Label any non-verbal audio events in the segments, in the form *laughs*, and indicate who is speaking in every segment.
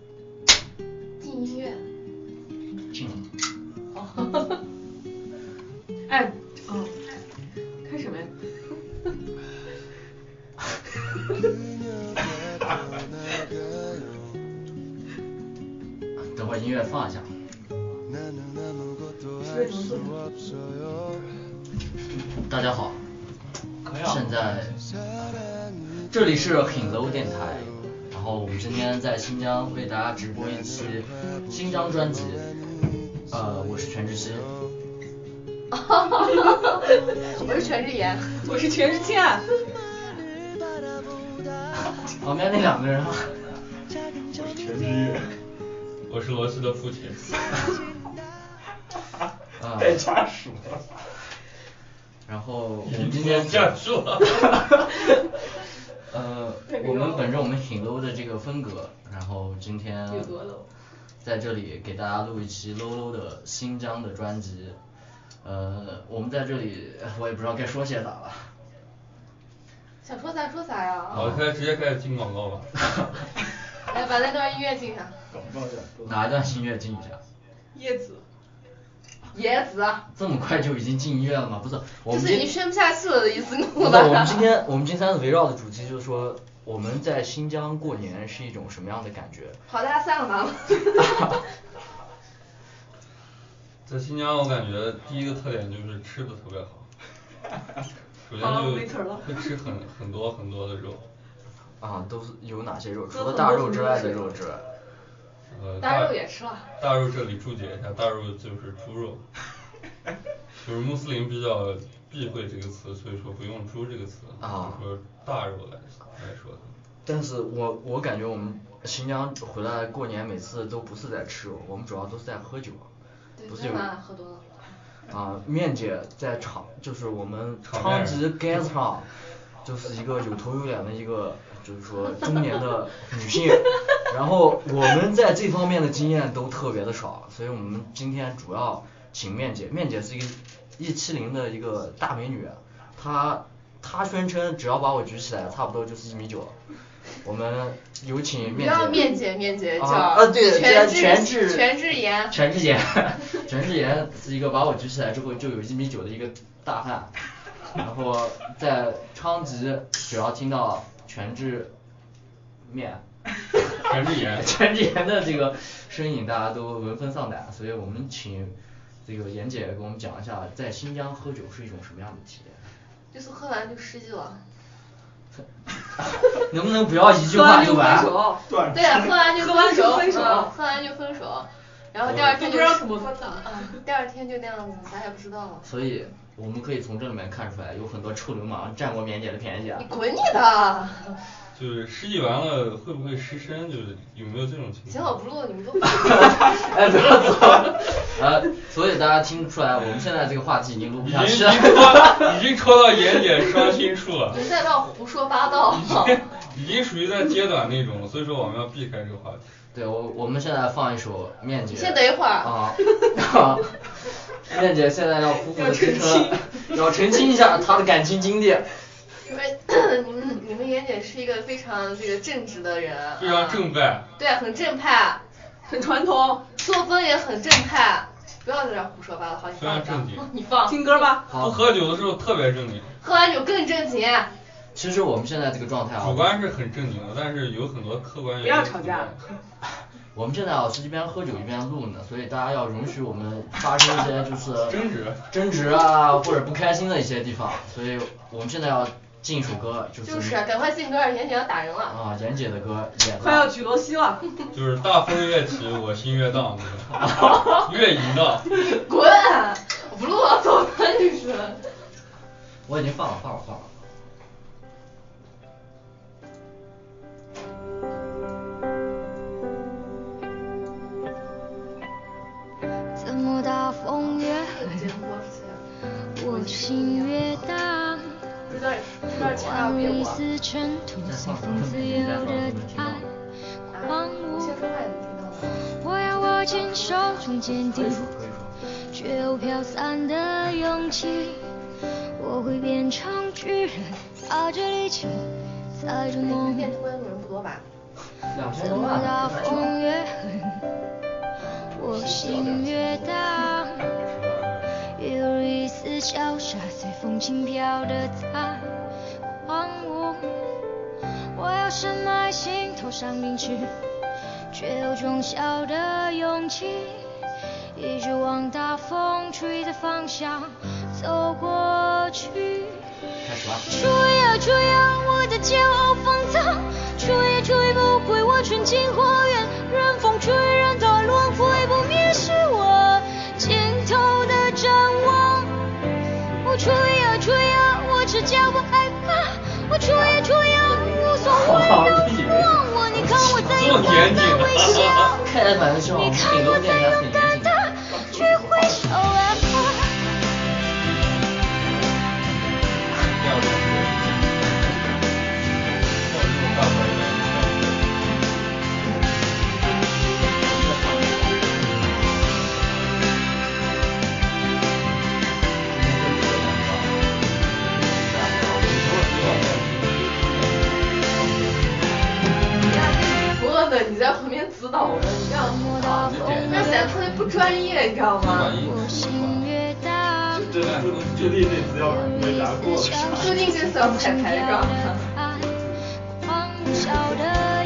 Speaker 1: 嗯
Speaker 2: 哦 *laughs*
Speaker 3: 哎嗯
Speaker 1: 把音乐放下。大家好，现在这里是很 low 电台，然后我们今天在新疆为大家直播一期新疆专辑，呃，我是全智贤，
Speaker 2: 我是全智妍，
Speaker 4: 我是全是倩，
Speaker 1: 旁边那两个人，啊
Speaker 5: 全职业，
Speaker 6: 我是罗斯的父亲。
Speaker 1: 啊、
Speaker 5: 带家属。
Speaker 1: 然后我
Speaker 6: 你
Speaker 1: 们今
Speaker 6: 不
Speaker 1: 天
Speaker 6: 能这样说。
Speaker 1: 呃，我们本着我们挺 low 的这个风格，然后今天
Speaker 4: 有多 low
Speaker 1: 在这里给大家录一期 low low 的新疆的专辑。呃，我们在这里我也不知道该说些啥了。
Speaker 2: 想说啥说啥呀？
Speaker 6: 好，现在直接开始进广告
Speaker 2: *laughs*
Speaker 6: 吧。
Speaker 2: 来，把那段音乐进上。
Speaker 5: 广告点
Speaker 1: 拿一段新乐进一下？
Speaker 3: *laughs*
Speaker 4: 叶子，
Speaker 2: 野子，
Speaker 1: 这么快就已经进音乐了吗？不是，我
Speaker 2: 啊
Speaker 1: 们
Speaker 2: 就是
Speaker 1: 今
Speaker 2: 你宣不下去了的意思，你
Speaker 1: 不
Speaker 2: 懂
Speaker 1: 是我
Speaker 2: 吧
Speaker 1: 们今？天我们今天围绕的主题就是说我们在新疆过年是一种什么样的感觉？
Speaker 2: 好，大家散了吧。
Speaker 1: *laughs*
Speaker 6: 在新疆，我感觉第一个特点就是吃的特别好。
Speaker 2: *laughs*
Speaker 6: 首
Speaker 4: 好了我
Speaker 6: 先
Speaker 4: 没
Speaker 6: 就
Speaker 4: 腿儿了
Speaker 6: 会吃很很多很多的肉，
Speaker 1: 啊，都是有哪些肉？除
Speaker 4: 都
Speaker 1: 了
Speaker 4: 很
Speaker 1: 大
Speaker 4: 多
Speaker 1: 肉
Speaker 4: 很
Speaker 1: 之
Speaker 4: 多
Speaker 1: 外的
Speaker 4: 肉
Speaker 1: 肉之外，
Speaker 6: 呃，
Speaker 2: 大肉也吃了。
Speaker 6: 大肉这里注解一下，大肉就是猪
Speaker 2: *laughs*
Speaker 6: 肉，就是穆斯林比较避讳这个词，所以说不用猪这个词，
Speaker 1: 啊
Speaker 6: 就是说大肉来来说的。
Speaker 1: 但是我我感觉我们新疆回来过年每次都不是在吃肉，我们主要都是在喝酒，
Speaker 2: 对
Speaker 1: 不，是
Speaker 2: 真
Speaker 1: 有
Speaker 2: 的喝多了。
Speaker 1: 啊，面姐在场，就是我们
Speaker 6: 场
Speaker 1: 昌
Speaker 6: 面
Speaker 1: 吉街上，就是一个有头有脸的一个，就是说中年的女性。然后我们在这方面的经验都特别的少，所以我们今天主要请面姐，面姐是一个一七零的一个大美女，她她宣称只要把我举起来，差不多就是一米九。我们有请面
Speaker 2: 不
Speaker 1: 姐。
Speaker 2: 要面姐，面姐叫。
Speaker 1: 啊啊对，
Speaker 2: 全
Speaker 1: 智
Speaker 2: 智
Speaker 1: 全智
Speaker 2: 全智妍。
Speaker 1: 全智妍， *laughs* 全智妍是一个把我举起来之后就有一米九的一个大汉，然后在昌吉只要听到全智面，
Speaker 6: *laughs* 全智妍
Speaker 1: *laughs* 全智妍的这个身影，大家都闻风丧胆，所以我们请这个妍姐给我们讲一下，在新疆喝酒是一种什么样的体验。 *laughs*
Speaker 2: 就是喝完就失忆了。
Speaker 1: 能不能不要一句
Speaker 4: 喝
Speaker 1: 话
Speaker 4: 完
Speaker 1: 就
Speaker 4: 就
Speaker 1: 完
Speaker 4: 分？手，
Speaker 5: 断
Speaker 2: 对，啊喝完就
Speaker 4: 喝完就
Speaker 2: 手，
Speaker 4: 分手
Speaker 2: 嗯喝完就分手，然后第二天
Speaker 4: 都不
Speaker 2: 就
Speaker 4: 知道怎么分的
Speaker 2: 嗯，第二天就那样子，啥也不知道了。
Speaker 1: 所以我们可以从这里面看出来，有很多臭流氓占过妍姐的便宜啊
Speaker 2: 你。滚你的！
Speaker 6: 就是失忆完了会不会失身，就是有没有这种情况？
Speaker 2: 行，我不录，你
Speaker 4: *laughs*
Speaker 1: *laughs*
Speaker 2: 们 *laughs* 都。
Speaker 1: *laughs* 哎，不要走了。呃，所以大家听出来，我们现在这个话题已经录不
Speaker 6: 已经
Speaker 1: 下
Speaker 6: 已
Speaker 1: 去
Speaker 6: 经
Speaker 1: 了。
Speaker 6: 戳已经戳到妍姐伤心处了，
Speaker 2: 你在那胡说八
Speaker 6: *laughs*
Speaker 2: 道。
Speaker 6: 已经属于在阶段那种，所以说我们要避开这个话题。
Speaker 1: *laughs* 对，我我们现在放一首面姐。
Speaker 2: 你先等一会儿 *laughs*
Speaker 1: 啊。啊面姐现在要苦苦的支撑，要澄清一下她的感情经历。
Speaker 2: 因为你们你们妍姐是一个非常这个正直的人，
Speaker 6: 非常正派
Speaker 2: 啊，对，很正派，
Speaker 4: 很传统。
Speaker 2: 作风也很正派，不要在这儿胡说八道，好，你
Speaker 6: 非常
Speaker 2: 放
Speaker 6: 正
Speaker 2: 一
Speaker 6: 经
Speaker 2: 放， *laughs* 你放，
Speaker 4: 听歌吧，
Speaker 1: 好
Speaker 6: 不喝酒的时候特别正经，
Speaker 2: 喝完酒更正经，
Speaker 1: 其实我们现在这个状态啊，
Speaker 6: 主观是很正经的，但是有很多客观原因。
Speaker 4: 不要吵架
Speaker 1: 我们现在啊是一边喝酒一边录呢，所以大家要容许我们发生一些就是
Speaker 6: *laughs* 争执
Speaker 1: 争执啊或者不开心的一些地方，所以我们现在要进一首歌，就是
Speaker 2: 就是啊赶快进歌，妍姐要打人了。
Speaker 1: 啊妍姐的歌，演
Speaker 4: 快要举罗西了。
Speaker 2: *laughs*
Speaker 6: 就是大风越起，我心越荡，那种越淫荡。
Speaker 2: 滚！我不录了，走了，就是。
Speaker 1: 我已经放了，放了，放了。
Speaker 7: 怎么大风越狠，
Speaker 4: 嗯
Speaker 7: 我心越荡。
Speaker 2: 这段这段千万
Speaker 7: 万
Speaker 2: 别
Speaker 7: 里
Speaker 2: 我啊。
Speaker 4: 嗯
Speaker 7: 似尘土，随风自由的爱狂
Speaker 2: 我
Speaker 7: 舞
Speaker 2: 先。说话也能听到
Speaker 4: 嗯
Speaker 2: 吗？
Speaker 7: 我要握紧手中坚
Speaker 1: 可
Speaker 7: 定
Speaker 1: 以，说，可以说。
Speaker 7: 却又飘散的勇气。我会变成巨人，踏着力气，踩着
Speaker 2: 你
Speaker 7: 梦。
Speaker 2: 电视关注人不多吧？
Speaker 1: 两千
Speaker 7: 怎
Speaker 1: 多
Speaker 7: 么
Speaker 1: 万，
Speaker 7: 大风越
Speaker 4: *laughs*
Speaker 7: 狠，我心越荡。有一丝潇洒，随风轻飘的她狂舞。我要深埋心头上凝脂，
Speaker 4: 却有种小的勇气，一直往大风吹的方向走过去。
Speaker 1: 开始吧。
Speaker 4: 吹呀吹呀，我的骄傲放纵，吹也吹不归我纯净火焰，任风吹，任它乱，会不灭是我尽头的展望。我吹呀吹呀，我只叫不害怕，我吹呀吹呀，无所谓都不忘我，你看我在
Speaker 6: 这
Speaker 4: 勇
Speaker 6: 么严
Speaker 4: 敢的
Speaker 6: 谨啊
Speaker 4: 微笑。
Speaker 1: 看来百分之我
Speaker 4: 你
Speaker 1: 们
Speaker 4: 看
Speaker 1: 北
Speaker 4: 我
Speaker 1: 楼电
Speaker 4: 在
Speaker 1: 台
Speaker 4: 勇
Speaker 1: 很严
Speaker 4: 敢
Speaker 1: 谨的。
Speaker 4: 的去挥手啊！
Speaker 3: 说呢，你在旁边指导我们，你这样
Speaker 4: 默到风
Speaker 2: 那显得特别不专业，你知道吗？
Speaker 4: 我心越大，
Speaker 8: 这注注定这次要没拿过是吧？
Speaker 2: 说不定是小彩排的歌。 *laughs*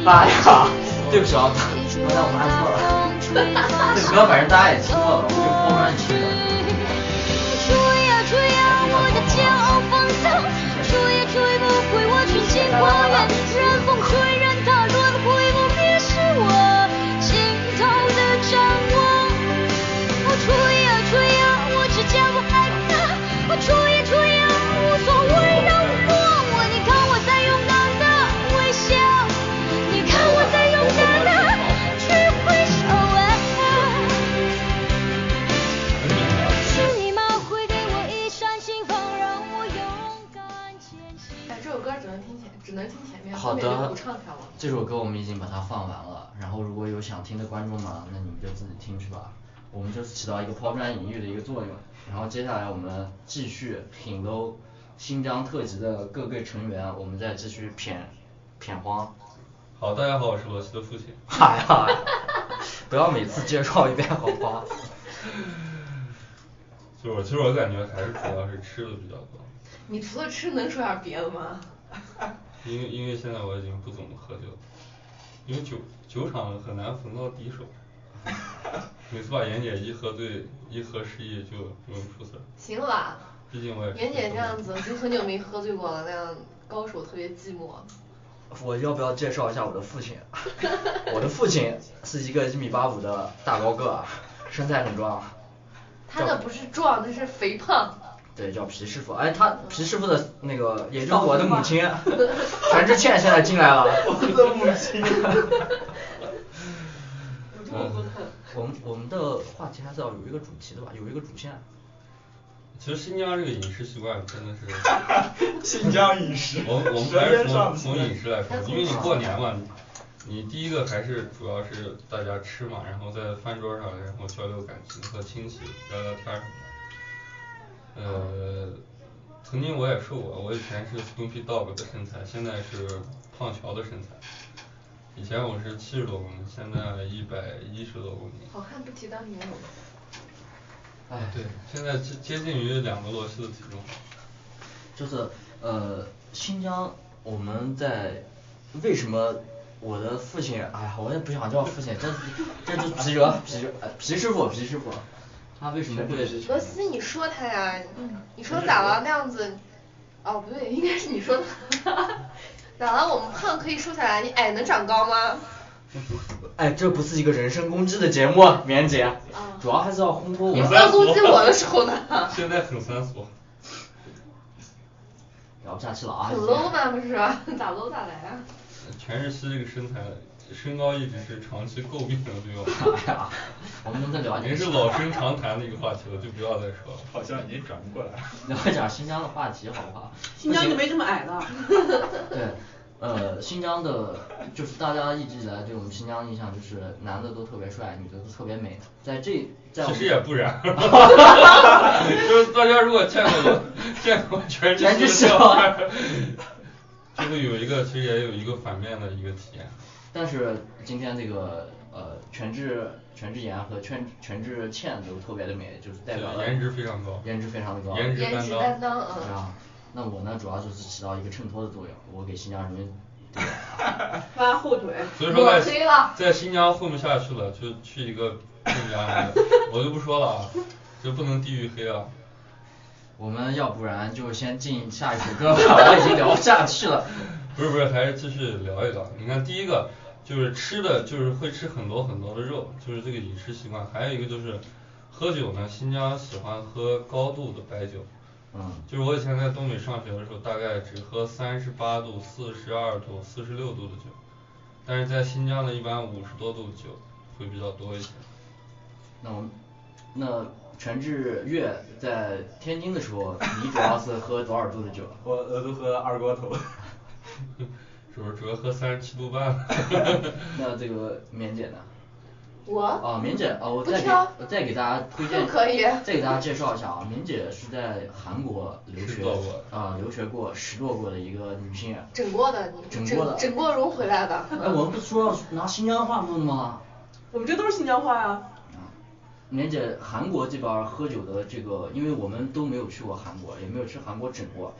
Speaker 1: 妈
Speaker 2: 哎
Speaker 1: 呀，对不起啊，刚才我们按错了。这歌反正大家也听过了，我就抛砖引玉了。
Speaker 4: 吹呀吹呀，我的骄傲放纵，吹也吹不回我纯净火焰。任风吹，任它轮回，不灭是我心头的展望。我吹呀吹呀，我只骄傲爱它，我吹呀吹呀，无所谓都不忘我。你看我在勇敢的微笑，你看我在勇敢的去挥手啊。是你吗？会给我一扇心房，让我勇敢前行。
Speaker 2: 哎，这首歌只能听前，只能听前面，后
Speaker 1: 好
Speaker 2: 面就
Speaker 1: 的
Speaker 2: 不唱它了。，
Speaker 1: 这首歌我们已经把它放完了，然后如果有想听的观众嘛，那你们就自己听去吧。我们就是起到一个抛砖引玉的一个作用。然后接下来我们继续品搂新疆特辑的各个成员，我们再继续谝谝荒。
Speaker 6: 好，大家好，我是罗西的父亲。
Speaker 1: 哎呀， *laughs* 不要每次介绍一遍好不好？
Speaker 6: 就是我，其实我感觉还是主要是吃的比较多，
Speaker 2: 你除了吃能说点别的 *laughs* 吗？
Speaker 6: 因为因为现在我已经不怎么喝酒，因为酒酒场很难逢到敌手。每次把妍姐一喝醉，一喝失忆就容易出事儿。
Speaker 2: 行啦，
Speaker 6: 毕竟我也是
Speaker 2: 妍姐这样子已经很久没喝醉过了，那样高手特别寂寞。
Speaker 9: 我要不要介绍一下我的父亲？啊 *laughs* 我的父亲是一个一米八五的大高个儿，啊身材很壮，啊
Speaker 2: 他那不是壮，那是肥胖。
Speaker 9: 对，叫皮师傅。哎，他皮师傅的那个，也就是我的母亲全智倩现在进来了。我的母亲。
Speaker 3: 我这么不肯。
Speaker 9: *laughs* 我们我们的话题还是要有一个主题的吧，有一个主线。
Speaker 6: 其实新疆这个饮食习惯真的是，
Speaker 8: 新疆饮食，
Speaker 6: *laughs* 我我们
Speaker 8: 舌
Speaker 6: 还是
Speaker 8: 尖
Speaker 6: 从
Speaker 8: 上
Speaker 6: 从饮食来说，因为你过年嘛，你第一个还是主要是大家吃嘛，然后在饭桌上，然后交流感情和亲戚聊聊天儿。呃，曾经我也瘦过，我以前是 Snoopy Dog 的身材，现在是胖乔的身材。以前我是七十多公斤，现在一百一十多公斤。
Speaker 2: 好汉不提当年勇。
Speaker 1: 哎，
Speaker 2: 啊
Speaker 6: 对，现在接接近于两个罗西的体重。
Speaker 1: 就是呃，新疆我们在为什么我的父亲，哎呀，我也不想叫父亲，这这就皮哲皮哲呃皮师傅皮师傅，他为什么会
Speaker 2: 罗西，你说他呀？你说咋了？那样子，哦，不对，应该是你说他。 *laughs* 咋了？我们胖可以瘦下来，你矮能长高吗？
Speaker 9: 哎，这不是一个人身攻击的节目，
Speaker 1: 啊
Speaker 9: 棉姐，主要还是要烘托我
Speaker 2: 啊你
Speaker 9: 们
Speaker 2: 不要攻击我的手呢，
Speaker 6: *laughs* 现在很
Speaker 2: *laughs*
Speaker 6: 三俗。
Speaker 1: 聊不下去了啊
Speaker 2: 很？low 呢不是？ *laughs* 咋 low 咋来啊？
Speaker 6: 全日西这个身材，身高一直是长期诟病的，对
Speaker 1: *laughs* 哎
Speaker 6: 吧？
Speaker 1: 呀，我们再聊
Speaker 6: 已经
Speaker 1: 点
Speaker 6: 是老生常谈的一个话题了，就不要再说了。
Speaker 8: 好像已经转不过来了。
Speaker 1: 聊一点新疆的话题好不好？
Speaker 3: 新疆就没这么矮了。
Speaker 2: *laughs*
Speaker 1: 对，呃，新疆的，就是大家一直以来对我们新疆的印象就是男的都特别帅，女的都特别美，在这在我
Speaker 6: 其
Speaker 1: 们
Speaker 6: 实也不
Speaker 1: *laughs*
Speaker 6: 然，就是大家如果见过我见过全日
Speaker 1: 全日
Speaker 6: 西
Speaker 1: 西
Speaker 6: 的照
Speaker 1: 的照
Speaker 6: 片
Speaker 1: 片
Speaker 6: 儿，就会有一个其实也有一个反面的一个体验。
Speaker 1: 但是今天这个呃全智全智妍和全全智倩都特别的美，就是代表了
Speaker 6: 颜值非常高
Speaker 1: 颜值非常的高，
Speaker 6: 颜值
Speaker 2: 颜值
Speaker 6: 担
Speaker 2: 担当，
Speaker 1: 对
Speaker 2: 嗯。
Speaker 6: *laughs*
Speaker 1: 啊，那我呢主要就是起到一个衬托的作用，我给新疆人民不远啊。
Speaker 3: 拉后腿，
Speaker 6: 所以说在
Speaker 3: 抹黑了。
Speaker 6: 在新疆混不下去了，就去一个更加那个，我就不说了，啊，就不能地域黑啊。
Speaker 1: 我们要不然就先进下一首歌吧，我已经聊不下去了。
Speaker 6: 不是不是，还是继续聊一聊。你看，第一个就是吃的，就是会吃很多很多的肉，就是这个饮食习惯。还有一个就是喝酒呢，新疆喜欢喝高度的白酒。
Speaker 1: 嗯
Speaker 6: 就是我以前在东北上学的时候，大概只喝三十八度、四十二度、四十六度的酒，但是在新疆呢，一般五十多度酒会比较多一些。
Speaker 1: 那我们那全智越在天津的时候，你主要是喝多少度的酒？啊
Speaker 8: 我我都喝二锅头。
Speaker 6: 是不是 *laughs* 主要喝三十七度半？
Speaker 1: 那这个棉姐呢？
Speaker 2: 我
Speaker 1: 啊，棉姐啊，我
Speaker 2: 不
Speaker 1: 再给
Speaker 2: 挑
Speaker 1: 我再给大家推荐，
Speaker 2: 不 *laughs* 可以
Speaker 1: 再给大家介绍一下啊，棉姐是在韩国留
Speaker 6: 是
Speaker 1: 学
Speaker 6: 做过
Speaker 1: 啊、留学过、拾掇过的一个女性。
Speaker 2: 整过的，你
Speaker 1: 整
Speaker 2: 整
Speaker 1: 过的
Speaker 2: 整过容回来的。
Speaker 1: 哎，我们不是说要拿新疆话说的吗？
Speaker 3: 我们这都是新疆话呀。
Speaker 1: 莲姐，韩国这边儿喝酒的这个，因为我们都没有去过韩国，也没有去韩国整过，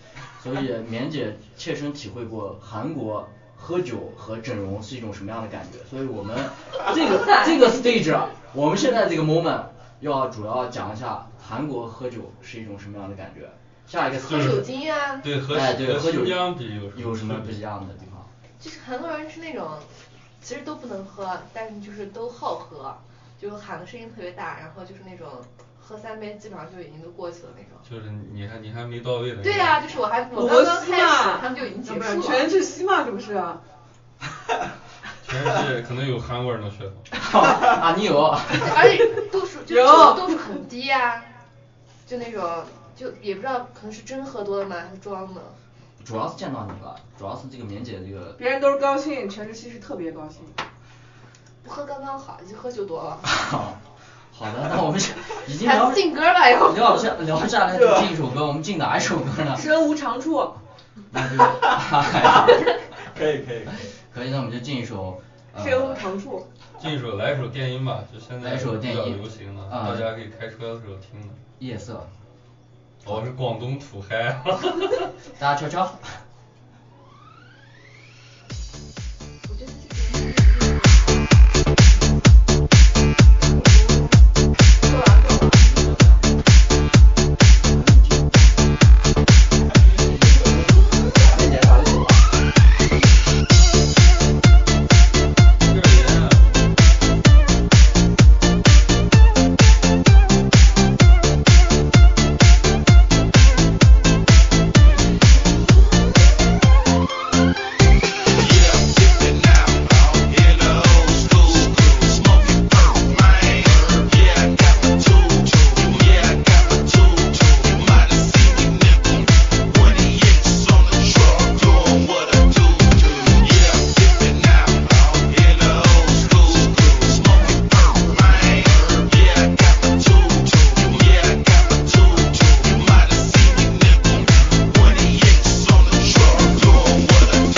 Speaker 1: 所以莲姐切身体会过韩国喝酒和整容是一种什么样的感觉。所以我们这个这个 stage，啊，我们现在这个 moment 要主要讲一下韩国喝酒是一种什么样的感觉。下一个
Speaker 2: 喝
Speaker 1: stage
Speaker 2: 酒精啊
Speaker 6: 对，和
Speaker 1: 哎对，
Speaker 6: 和
Speaker 1: 喝酒
Speaker 6: 新疆比有
Speaker 1: 有什么
Speaker 6: 区
Speaker 1: 不
Speaker 6: 别
Speaker 1: 一样的地方？
Speaker 2: 就是韩国人是那种，其实都不能喝，但是就是都好喝，就是喊的声音特别大，然后就是那种喝三杯基本上就已经都过去了那种。
Speaker 6: *laughs* 就是你还你还没到位呢。
Speaker 2: 对呀、就是我还哎我
Speaker 3: 罗
Speaker 2: 刚刚
Speaker 3: 西
Speaker 2: 开始
Speaker 3: 嘛，，啊
Speaker 2: 他们就已经结
Speaker 3: 要不然
Speaker 2: 束了。
Speaker 3: 全是西嘛，这不是啊？
Speaker 6: *laughs* 全世界可能有韩国人的血统。 *laughs*
Speaker 1: *laughs* 啊，你有。
Speaker 2: 而且度数就是
Speaker 3: 有
Speaker 2: 酒度数很低啊，就那种就也不知道可能是真喝多了吗，还是装的。
Speaker 1: 主要是见到你了，主要是这个棉姐这个
Speaker 3: 别人都是高兴，全是西是特别高兴。
Speaker 2: 不喝刚刚好，一喝就多
Speaker 1: *laughs*
Speaker 2: 了。
Speaker 1: 好，好的，那我
Speaker 2: *laughs*
Speaker 1: 们是已经
Speaker 2: 还
Speaker 1: 聊
Speaker 2: 是进歌吧，要不
Speaker 1: 聊下聊下来就进一首歌，我们进哪一首歌呢？
Speaker 3: 身无长处，
Speaker 1: 那就、 *laughs* 哈，
Speaker 8: 可以可以可以。
Speaker 1: 可以，那我们就进一首呃，
Speaker 3: 身无长
Speaker 2: 啊
Speaker 3: 处。
Speaker 6: 这一首来一首电音吧，就现在
Speaker 1: 来一首
Speaker 6: 比
Speaker 1: 电
Speaker 6: 较
Speaker 1: 音
Speaker 6: 流行的，
Speaker 1: 啊
Speaker 6: 大家可以开车的时候听的。
Speaker 1: 夜色，
Speaker 6: 我是广东土嗨。啊
Speaker 1: *laughs* 大家悄悄。棉姐打一首吧
Speaker 6: 啊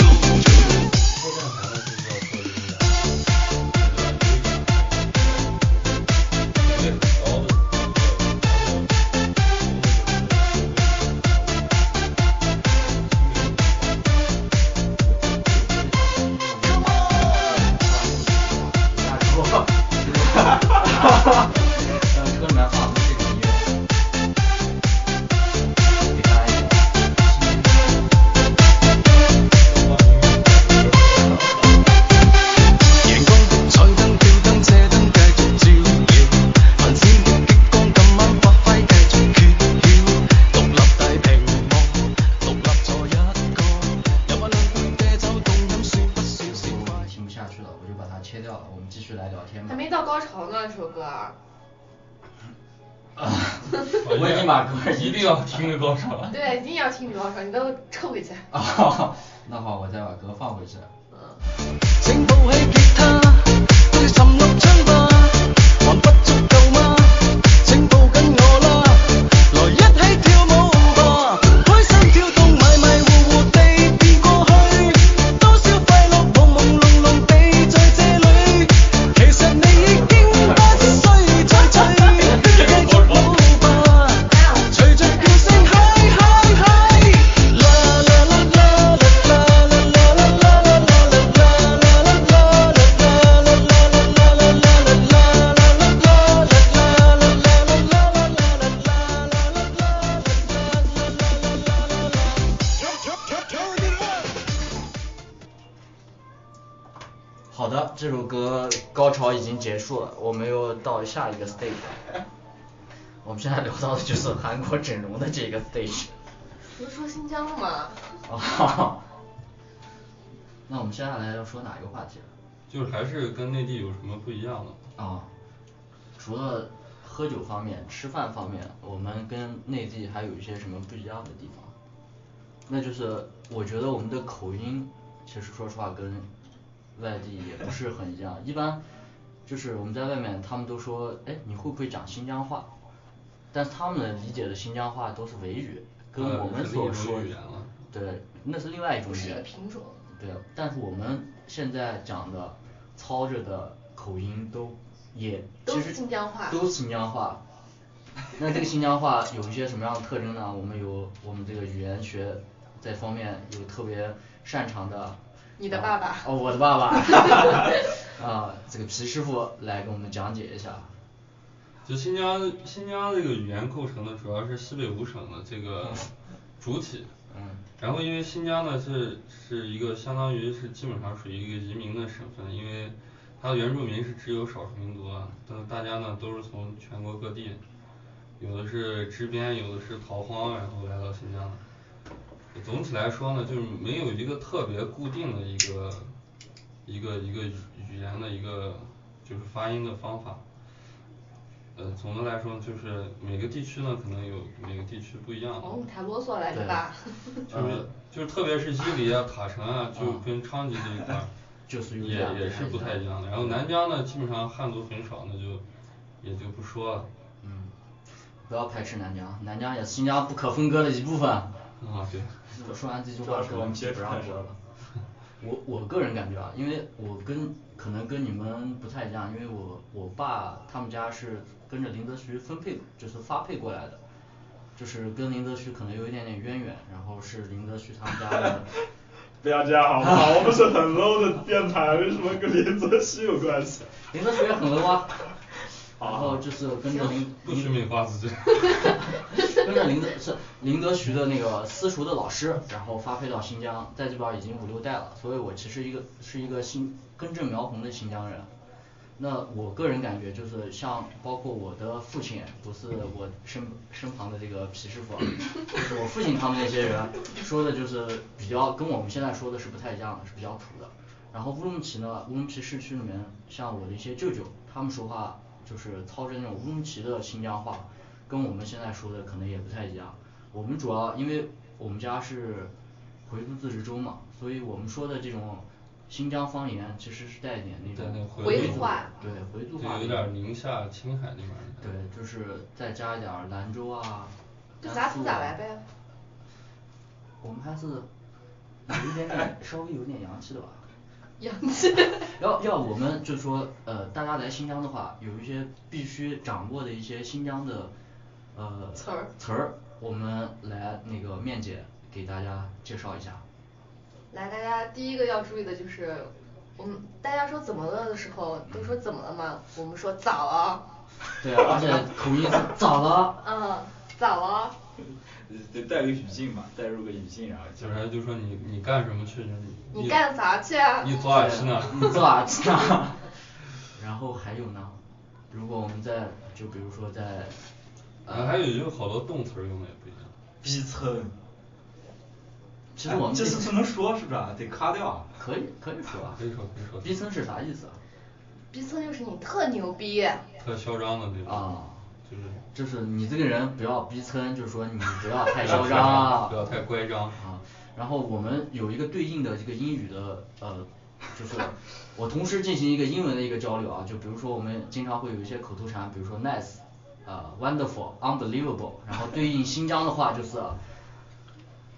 Speaker 6: 后站台呢就是要做音乐，对，很高的。
Speaker 1: 大家如果呃车里面放的这种音乐，给大家一个。
Speaker 10: 陽光的彩燈、吊燈、射燈繼續照耀，繁星的激光今晚發揮繼續揭曉。獨立大屏幕，獨立坐一個，飲下兩杯啤酒，凍飲算不算是快？
Speaker 1: 我听不下去了，我就把它切掉了。我们继续来聊天吧
Speaker 2: 还。没到高潮呢，这首歌啊。
Speaker 1: 啊，
Speaker 6: 我
Speaker 1: 我已经把歌
Speaker 6: *laughs*
Speaker 1: 儿
Speaker 6: 一定要听的高潮。
Speaker 2: 对，一定要听女高潮，你给我撤回去。
Speaker 1: 啊， *laughs* 那好，我再把歌放回去。
Speaker 2: 嗯，
Speaker 10: 請抱起吉他，對沉默唱吧，還不足夠嗎？請抱緊我啦，來一起跳舞吧，開心跳動，迷迷糊糊地變過去，多少快樂朦朦朧朧地在這裏。其實你已經不需再醉，繼續舞吧，隨着叫聲嗨嗨嗨，啦啦啦啦啦啦啦啦啦啦啦。
Speaker 1: 好的，这首歌高潮已经结束了，我们又到下一个 stage 了。我们现在聊到的就是韩国整容的这个 stage。
Speaker 2: 不是说新疆的吗？
Speaker 1: 哦， *laughs* 那我们接下来要说哪一个话题了？
Speaker 6: 就是还是跟内地有什么不一样的？
Speaker 1: 啊、除了喝酒方面、吃饭方面，我们跟内地还有一些什么不一样的地方？那就是我觉得我们的口音，其实说实话跟外地也不是很一样。一般就是我们在外面，他们都说，哎，你会不会讲新疆话？但是他们理解的新疆话都是维语，跟
Speaker 6: 呃
Speaker 1: 我们
Speaker 6: 是另
Speaker 1: 所
Speaker 6: 一种
Speaker 1: 说
Speaker 6: 语言了
Speaker 1: 对，那是另外一种
Speaker 2: 不是
Speaker 1: 语
Speaker 2: 一
Speaker 1: 言
Speaker 2: 个品种
Speaker 1: 对，但是我们现在讲的、操着的口音都也
Speaker 2: 都
Speaker 1: 其
Speaker 2: 是
Speaker 1: 实
Speaker 2: 新疆话
Speaker 1: 都是新疆话。那这个新疆话有一些什么样的特征呢？我们有我们这个语言学这方面有特别擅长的。
Speaker 2: 你的爸爸
Speaker 1: 哦，我的爸
Speaker 2: *laughs*
Speaker 1: 爸。啊，这个皮师傅来给我们讲解一下。
Speaker 6: 就新疆新疆这个语言构成的主要是西北五省的这个主体，
Speaker 1: 嗯
Speaker 6: 然后因为新疆呢是是一个相当于是基本上属于一个移民的省份，因为它的原住民是只有少数民族的，但是大家呢都是从全国各地，有的是支边，有的是逃荒，然后来到新疆的。总体来说呢，就是没有一个特别固定的一个一个一个语语言的一个就是发音的方法。呃，总的来说就是每个地区呢，可能有每个地区不一样的。
Speaker 2: 哦你太啰嗦了你爸
Speaker 6: 就是就是特别是伊犁啊、塔城啊，就跟昌吉这一块儿，
Speaker 1: 啊就是有
Speaker 6: 也
Speaker 1: 点
Speaker 6: 也是
Speaker 1: 不
Speaker 6: 不太
Speaker 1: 太一
Speaker 6: 一样
Speaker 1: 样
Speaker 6: 的。然后南疆呢，基本上汉族很少，那就也就不说了。
Speaker 1: 嗯，不要排斥南疆，南疆也是新疆不可分割的一部分。
Speaker 6: 啊，对。
Speaker 1: 我说完这句
Speaker 11: 主要
Speaker 1: 话
Speaker 11: 是
Speaker 1: 可
Speaker 11: 我
Speaker 1: 能
Speaker 11: 们
Speaker 1: 就
Speaker 11: 接
Speaker 1: 不
Speaker 11: 触
Speaker 1: 让
Speaker 11: 太
Speaker 1: 说
Speaker 11: 少
Speaker 1: 了。 *laughs* 我我个人感觉啊，因为我跟可能跟你们不太一样，因为我我爸他们家是跟着林则徐分配，就是发配过来的，就是跟林则徐可能有一点点渊源，然后是林则徐他们
Speaker 11: *laughs*
Speaker 1: 家的
Speaker 11: 不要这样好不好？我们是很 low 的电台，为什么跟林则徐有关系？
Speaker 1: 林则徐也很
Speaker 11: *laughs*
Speaker 1: low 啊，
Speaker 11: 好
Speaker 1: 然后就是跟着林
Speaker 6: 不许美化
Speaker 1: *laughs*
Speaker 6: 自己。 *laughs*
Speaker 1: 跟着林则是林则徐的那个私塾的老师，然后发配到新疆，在这边已经五六代了，所以我其实一个是一个新根正苗红的新疆人。那我个人感觉就是像包括我的父亲，不是我身身旁的这个皮师傅啊，就是我父亲他们那些人说的就是比较跟我们现在说的是不太一样的，是比较土的。然后乌鲁木齐呢，乌鲁木齐市区里面，像我的一些舅舅，他们说话就是操着那种乌鲁木齐的新疆话，跟我们现在说的可能也不太一样。我们主要因为我们家是回族自治州嘛，所以我们说的这种新疆方言其实是带一点那
Speaker 6: 对
Speaker 1: 种
Speaker 6: 对
Speaker 2: 回
Speaker 6: 回
Speaker 2: 族
Speaker 6: 族
Speaker 2: 话
Speaker 1: 对回族
Speaker 6: 就
Speaker 1: 话
Speaker 6: 有
Speaker 1: 那
Speaker 6: 点儿
Speaker 1: 种
Speaker 6: 宁夏、青海那边儿的感觉。
Speaker 1: 对，就是再加一点儿兰州啊，
Speaker 2: *laughs* 就
Speaker 1: 甘
Speaker 2: 咋
Speaker 1: 肃
Speaker 2: 土咋
Speaker 1: 啊
Speaker 2: 来呗。
Speaker 1: 我们还是有一点点稍微有点洋气的吧。
Speaker 2: 洋 *laughs* 气。
Speaker 1: 要要我们就说，呃，大家来新疆的话，有一些必须掌握的一些新疆的，呃，
Speaker 2: 词儿
Speaker 1: 词儿，我们来那个面姐给大家介绍一下。
Speaker 2: 来，大家第一个要注意的就是，我们大家说怎么了的时候，都说怎么了嘛，我们说早啊。
Speaker 1: 对，而且口音是咋了？
Speaker 2: 嗯，早啊。
Speaker 11: 得带个语境嘛，带入个语境啊，
Speaker 6: 就是还就说你你干什么去？
Speaker 2: 你干啥去啊
Speaker 6: 你昨晚去哪？
Speaker 1: 你
Speaker 6: *laughs*
Speaker 1: 咋知道？啊 *laughs* 然后还有呢，如果我们在就比如说在，
Speaker 6: 然啊后还有就是好多动词儿用的也不一样。
Speaker 11: 逼蹭。
Speaker 1: 其实我
Speaker 6: 啊
Speaker 1: 们
Speaker 11: 哎这是不能说是不是啊？得卡掉啊。
Speaker 1: 可以可以说啊，
Speaker 6: 可以说可以说
Speaker 1: 逼村是啥意思啊？
Speaker 2: 逼蹭就是你特牛逼。
Speaker 6: 特嚣张的那种。
Speaker 1: 啊
Speaker 6: 就是。
Speaker 1: 就是你这个人不要逼村，就是说你不要太嚣张啊，
Speaker 6: 不要太乖张
Speaker 1: 啊。然后我们有一个对应的这个英语的呃，就是我同时进行一个英文的一个交流啊，就比如说我们经常会有一些口头禅，比如说 nice，啊、w o n d e r f u l unbelievable，然后对应新疆的话就是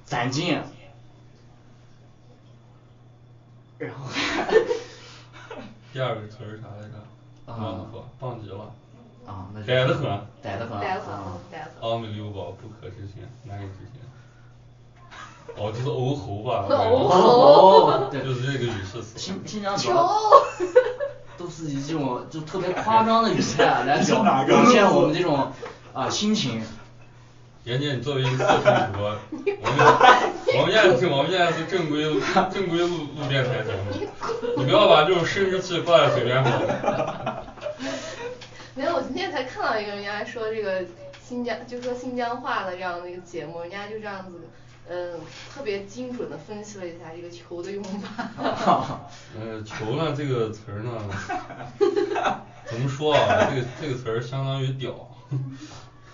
Speaker 1: 攒劲，然后
Speaker 6: 第二个词儿是啥来着？
Speaker 1: 啊
Speaker 6: 棒得很，棒极了。
Speaker 1: 啊，那就
Speaker 6: 逮得很，
Speaker 1: 逮得很，
Speaker 2: 逮得很
Speaker 1: 啊
Speaker 2: 逮得很
Speaker 6: ，unbelievable，不可置信，难以置信。哦，就是欧猴
Speaker 1: *laughs*
Speaker 6: 吧，
Speaker 2: 欧
Speaker 6: 我
Speaker 1: 哦，对，
Speaker 6: 就是这个语气词
Speaker 1: 新新疆主
Speaker 2: 球
Speaker 1: 要。都是以这种就特别夸张的语态
Speaker 11: *laughs*
Speaker 1: 啊来
Speaker 11: 你是
Speaker 1: 表
Speaker 11: 哪个
Speaker 1: 表现我们这
Speaker 11: *laughs*
Speaker 1: 种啊、心情。 *laughs*
Speaker 6: 感觉。妍姐，你作为一个色情主播，我们我们现在是，我们现在是正规路正规路路电台节目，你不要把这种生殖器挂在嘴边好。
Speaker 2: 没有，我今天才看到一个人家说这个新疆，就说新疆话的这样的一个节目，人家就这样子，嗯，特别精准的分析了一下这个球的用
Speaker 1: *laughs*
Speaker 2: 法。
Speaker 6: *laughs* 呃，球呢这个词儿呢，怎么说啊？这个这个词儿相当于屌，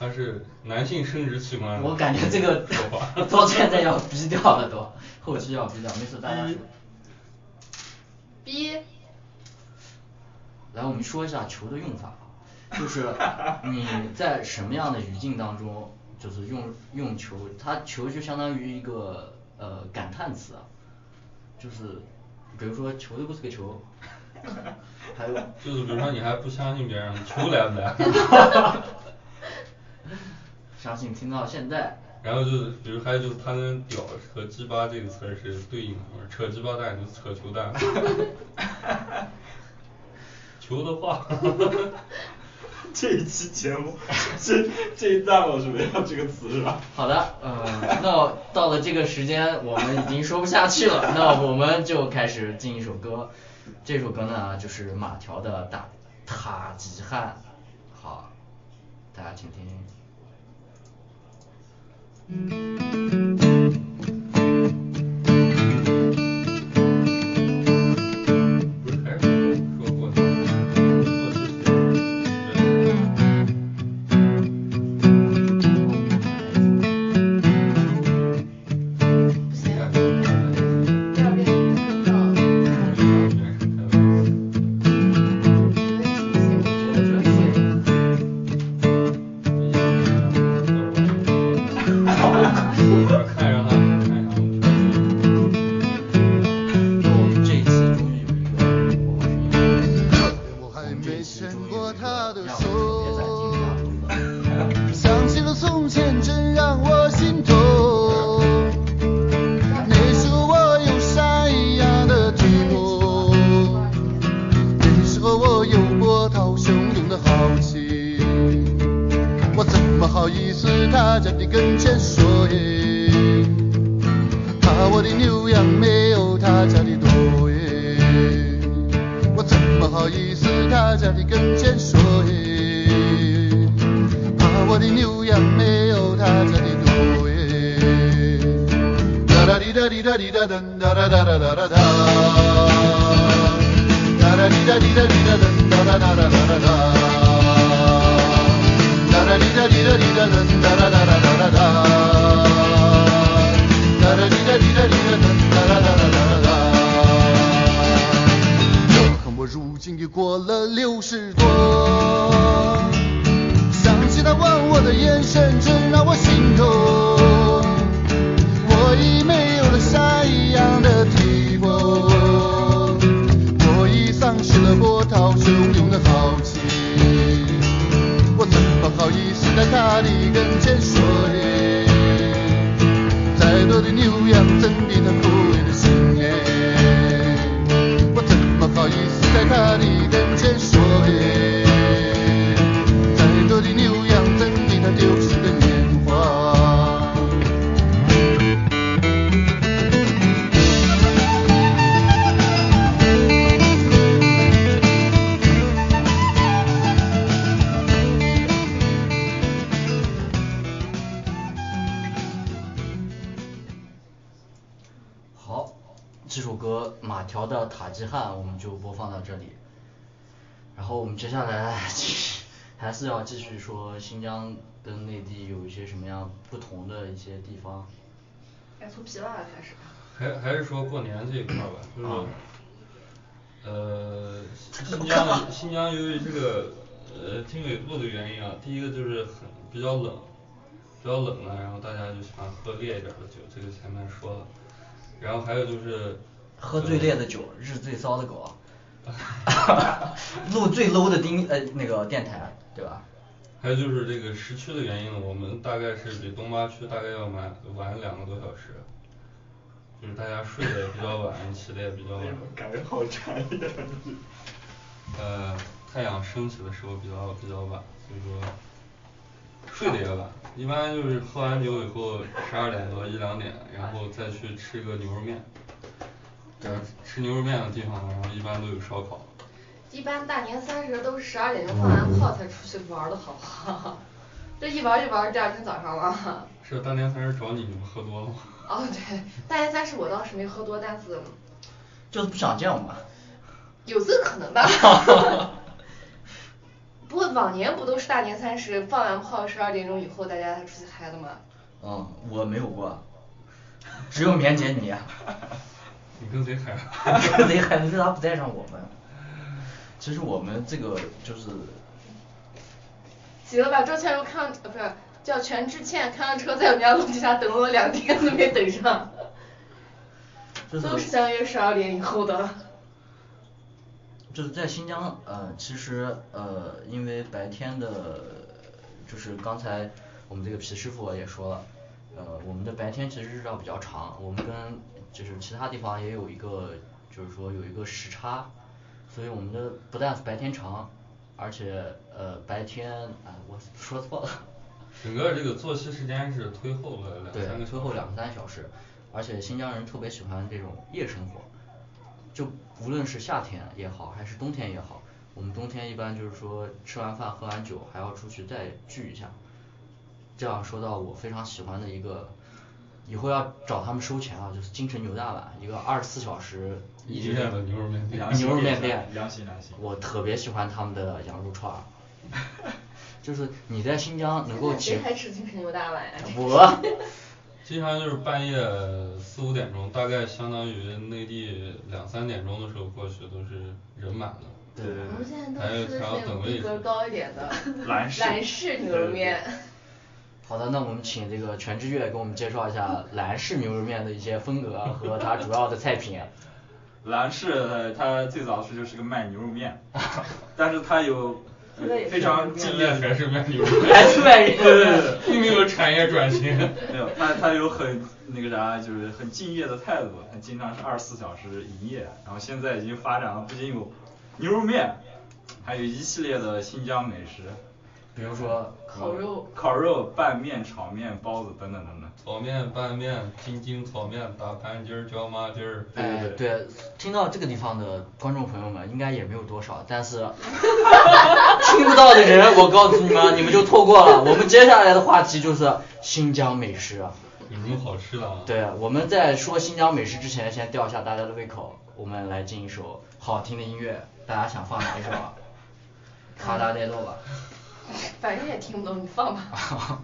Speaker 6: 它是男性生殖器官。
Speaker 1: 我感觉这个
Speaker 6: 说法
Speaker 1: 到现在要逼掉了都，后期要逼掉，没事大家说。
Speaker 2: 逼，
Speaker 1: 来，我们说一下球的用法，啊就是
Speaker 6: *laughs*
Speaker 1: 你在什么样的语境当中，就是用用球，它球就相当于一个呃感叹词啊，就是比如说球都不是
Speaker 6: *laughs*
Speaker 1: 个球，还有
Speaker 6: 就是比如说你还不相信别人，球来不来？ *laughs*
Speaker 1: 相信听到现在，
Speaker 6: 然后就是，比如还有就是他跟“屌”和“鸡巴”这个词儿是对应的，扯鸡巴蛋就是扯球蛋。球的话，
Speaker 8: 这一期节目，这这一段我是没有这个词是吧？
Speaker 1: 好的，呃，那到了这个时间，我们已经说不下去了，那我们就开始进一首歌，这首歌呢就是马条的《大塔吉汗》，好，大家请听。
Speaker 6: 不是还是说说过的过去式对你看
Speaker 2: 不行，
Speaker 6: 就是
Speaker 2: 第二遍看到了。
Speaker 6: 原始台湾看上他，看上我。
Speaker 1: 那我们这一次终于有一个我们是一个我们这一次终于有一个让我们别再惊讶了。
Speaker 12: 想起了从前，真让我心痛。那时候我有山一样的寂
Speaker 4: 哦
Speaker 12: 寞，那时候我有波涛汹涌的豪情，我怎么好意思踏在你跟前说耶？怕我的牛羊没有他家的多耶，我怎么好意思踏在你跟前说耶？怕我的牛羊没有他家的多耶。哒哒滴哒滴哒滴哒噔，哒哒哒哒哒哒哒。哒哒滴哒滴哒滴哒噔，哒哒哒哒哒哒哒。哒哒滴哒滴哒滴哒噔，哒哒哒哒哒哒哒。哒哒滴哒滴哒滴哒噔，哒哒哒哒哒哒我看我如今已过了六十多，想起他望我的眼神，真让我心痛。我已没有了沙一样的体魄，我已丧失了波涛汹涌的豪情。我怎么好意思在他的跟前说耶？再多的牛羊怎比他枯萎的心耶？我怎么好意思在他的跟前说耶？再多的牛羊怎比他丢失的年华？
Speaker 1: 好，这首歌马条的《塔吉汗》我们就播放到这里，然后我们接下来 *laughs* 继续还是要继续说新疆跟内地有一些什么样不同的一些地方。
Speaker 2: 要从皮袜开始。
Speaker 6: 还还是说过年这一块儿吧，就是
Speaker 1: 啊，
Speaker 6: 呃，新疆新疆由于这个呃经纬度的原因啊，第一个就是很比较冷，比较冷了，然后大家就喜欢喝烈一点儿的酒，这个前面说了，然后还有就是呃
Speaker 9: 喝最烈的酒，日最骚的
Speaker 1: *laughs*
Speaker 9: 狗，录最 low 的丁呃那个电台，对吧？
Speaker 6: 还有就是这个时区的原因呢，我们大概是比东八区大概要晚晚两个多小时，就是大家睡得也比较晚，起得也比较晚，
Speaker 8: 感觉好馋呀！
Speaker 6: 呃，太阳升起的时候比较比较晚，所以说睡得也晚，一般就是喝完酒以后十二点多一两点，然后再去吃个牛肉面。然后吃牛肉面的地方，然后一般都有烧烤。
Speaker 2: 一般大年三十都是十二点钟放完炮才出去玩的，好不好？ *laughs* 这一玩就玩第二天早上了。
Speaker 6: 是大年三十找你，你们喝多了吗？ *laughs*
Speaker 2: 哦，对，大年三十我倒是没喝多，但是
Speaker 13: 就是不想见我们。
Speaker 2: 有这可能吧。不过往年不都是大年三十放完炮十二点钟以后大家才出去嗨的吗？
Speaker 1: 嗯，我没有过，只有棉姐
Speaker 9: 啊
Speaker 1: *laughs* 你，
Speaker 6: 你跟谁嗨？
Speaker 1: *laughs* 跟谁还是他不带上我们。其实我们这个就是
Speaker 2: 行了吧，周倩如看呃不是叫全智倩，看上车在我们家楼底下等了我两天都没等上，
Speaker 1: 就是
Speaker 2: 都是相约十二点以后的。
Speaker 1: 就是在新疆，呃，其实呃，因为白天的，就是刚才我们这个皮师傅也说了，呃，我们的白天其实日照比较长，我们跟就是其他地方也有一个，就是说有一个时差，所以我们的不但白天长，而且呃白天啊、我说错了，
Speaker 6: *laughs* 整个这个作息时间是推后了两
Speaker 1: 对
Speaker 6: 三个，
Speaker 1: 推后两三小时，而且新疆人特别喜欢这种夜生活，就无论是夏天也好，还是冬天也好，我们冬天一般就是说吃完饭喝完酒还要出去再聚一下，这样说到我非常喜欢的一个，以后要找他们收钱啊，就是京城牛大碗，一个二十四小时
Speaker 6: 一直在的牛肉面店
Speaker 1: 良 *laughs* 心牛肉面店
Speaker 11: 良心良心
Speaker 1: 我特别喜欢他们的羊肉串儿，就是你在新疆能够
Speaker 2: 谁
Speaker 1: 请
Speaker 2: 还吃京城牛大碗啊呀？
Speaker 1: 我。
Speaker 6: 经常就是半夜四五点钟，大概相当于内地两三点钟的时候过去，都是人满的。
Speaker 1: 对对
Speaker 2: 我们现在
Speaker 6: 还
Speaker 2: 都
Speaker 6: 有
Speaker 2: 吃的是
Speaker 6: 还要
Speaker 2: 那种
Speaker 6: 等
Speaker 2: 逼
Speaker 6: 位
Speaker 2: 格
Speaker 6: 置
Speaker 2: 高一点的 *laughs*
Speaker 11: 兰氏
Speaker 2: 兰氏牛肉面。 *laughs*
Speaker 1: 好的，那我们请这个全知月给我们介绍一 *laughs* 下兰氏牛肉面的一些风格和它主要的菜品。
Speaker 11: 兰氏呃它最早是就是个卖牛肉面，但是它有呃
Speaker 14: 现在也是
Speaker 11: 非常
Speaker 6: 现
Speaker 11: 敬业
Speaker 6: 在
Speaker 11: 的
Speaker 6: 还是卖牛肉
Speaker 1: 还是外
Speaker 6: *laughs*
Speaker 1: 人。
Speaker 11: 对对对
Speaker 6: 并没有产业转型。
Speaker 11: 没有，他他有很那个啥，就是很敬业的态度，他经常是二十四小时营业，然后现在已经发展了，不仅有牛肉面，还有一系列的新疆美食，
Speaker 1: 比如说，
Speaker 2: 烤肉、
Speaker 11: 烤肉、拌面、炒面、包子等等等等。
Speaker 6: 炒面、拌面、京津炒面、大盘鸡儿、椒麻鸡儿。
Speaker 1: 哎，对，听到这个地方的观众朋友们应该也没有多少，但 *laughs* 是听不到的人，我告诉你们， *laughs* 你们就错过了。我们接下来的话题就是新疆美食。
Speaker 6: 有什么好吃的啊？
Speaker 1: 对，我们在说新疆美食之前，先吊一下大家的胃口，我们来进一首好听的音乐，大家想放哪一首 *laughs* 啊？卡达带洛 *laughs* 吧。
Speaker 2: 反正也听不懂，你
Speaker 1: *laughs*
Speaker 2: 放吧。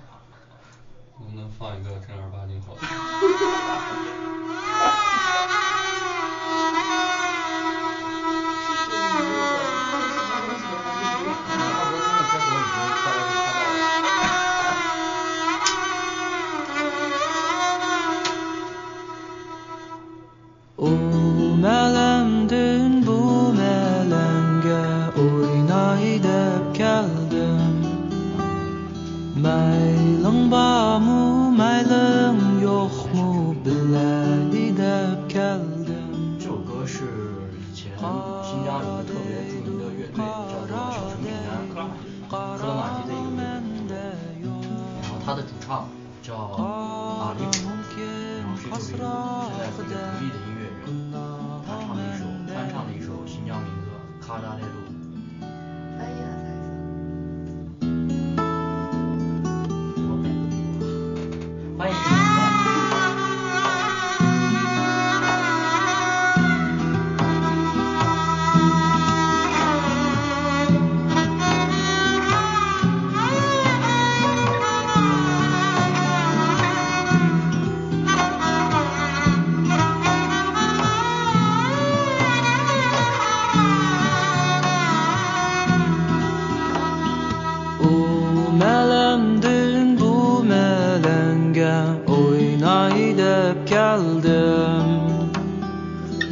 Speaker 6: 能不能放一个正儿八经好的？
Speaker 9: o'lmalamdin bu melanga o'ynay deb keldim mayling bormi mayling yo'qmi bilay deb keldim
Speaker 1: 这首歌是以前新疆有个特别著名的乐队叫做小熊平安，克拉玛依的一个乐队，然后他的主唱叫阿里普，然后是一个维吾尔现在是一个独立的音乐人，他唱了一首翻唱了一首新疆民歌《卡达带路》。
Speaker 2: 翻译一下，翻译一
Speaker 1: 欢
Speaker 2: 下。
Speaker 1: 迎你们。
Speaker 9: u malamdin bu malanga o'ynay deb keldim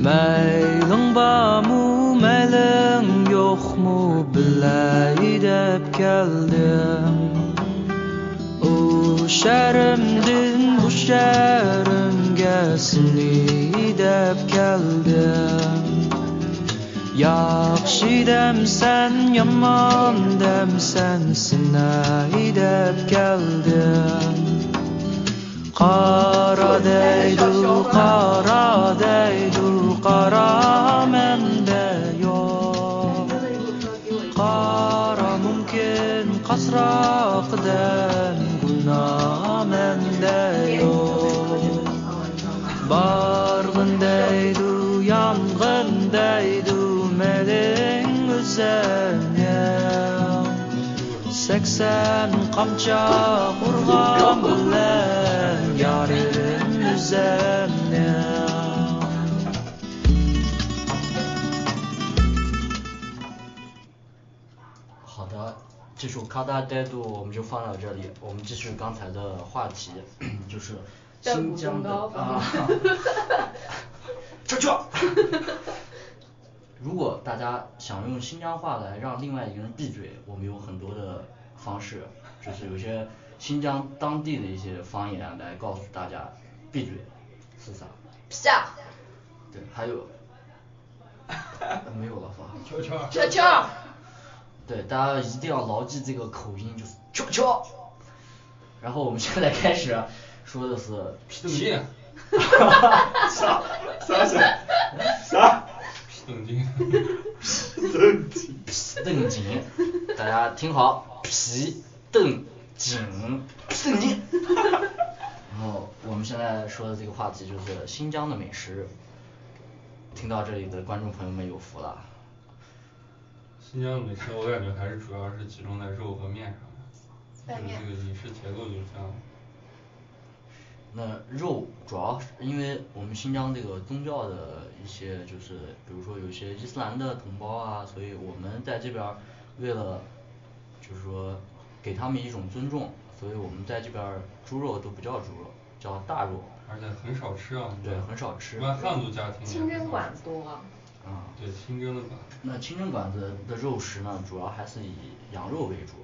Speaker 9: mayling bormi mayling yo'qmi bilay deb keldim u sharimdin bu sharimga siniy deb keldim Yap
Speaker 10: She demsen yaman demsen sinaydep geldim Qara deydul qara deydul qara mende yok
Speaker 2: 真的，如果说给我一个
Speaker 10: Qara mümkün qasraqdan guna mende
Speaker 2: 别人就会说这个很好，你知道
Speaker 10: yok
Speaker 2: 吗？
Speaker 10: Bargın deydu, yangın deydu, melin üzerine Seksen kamça kurgan bile yarın üzerine
Speaker 1: 好的，这首《咔哒呆度》我们就放到这里，我们继续刚才的话题， *clears throat* 就是
Speaker 2: 战
Speaker 1: 新
Speaker 2: 鼓中
Speaker 1: 疆的
Speaker 2: 高吧
Speaker 1: 啊，出去。 *laughs* 如果大家想用新疆话来让另外一个人闭嘴，我们有很多的方式，就是有些新疆当地的一些方言来告诉大家闭嘴是啥。
Speaker 2: 下，
Speaker 1: 对，还有没有了吧？
Speaker 6: 悄悄
Speaker 2: 悄悄，
Speaker 1: 对，大家一定要牢记这个口音，就是悄悄。然后我们现在开始说
Speaker 8: *laughs*
Speaker 1: 的是
Speaker 6: 皮动静，
Speaker 8: 啥啥啥啥？
Speaker 6: 皮动静，
Speaker 8: 真气！
Speaker 1: 皮邓锦，大家听好，皮邓锦，皮邓锦。 *laughs* 然后我们现在说的这个话题就是新疆的美食。听到这里的观众朋友们有福了，
Speaker 6: 新疆的美食我感觉还是主要是集中在肉和面上面，就是这个饮食结构就是这样的。
Speaker 1: 那肉主要是因为我们新疆这个宗教的一些，就是比如说有一些伊斯兰的同胞啊，所以我们在这边儿为了就是说给他们一种尊重，所以我们在这边儿猪肉都不叫猪肉，叫大肉。
Speaker 6: 而且很少吃啊，
Speaker 1: 对很少吃
Speaker 6: 一般汉族家庭也
Speaker 2: 清
Speaker 6: 很少
Speaker 2: 真
Speaker 6: 吃
Speaker 2: 馆子多。
Speaker 1: 啊、
Speaker 6: 对清真的馆子，
Speaker 1: 那清真馆子的肉食呢，主要还是以羊肉为主。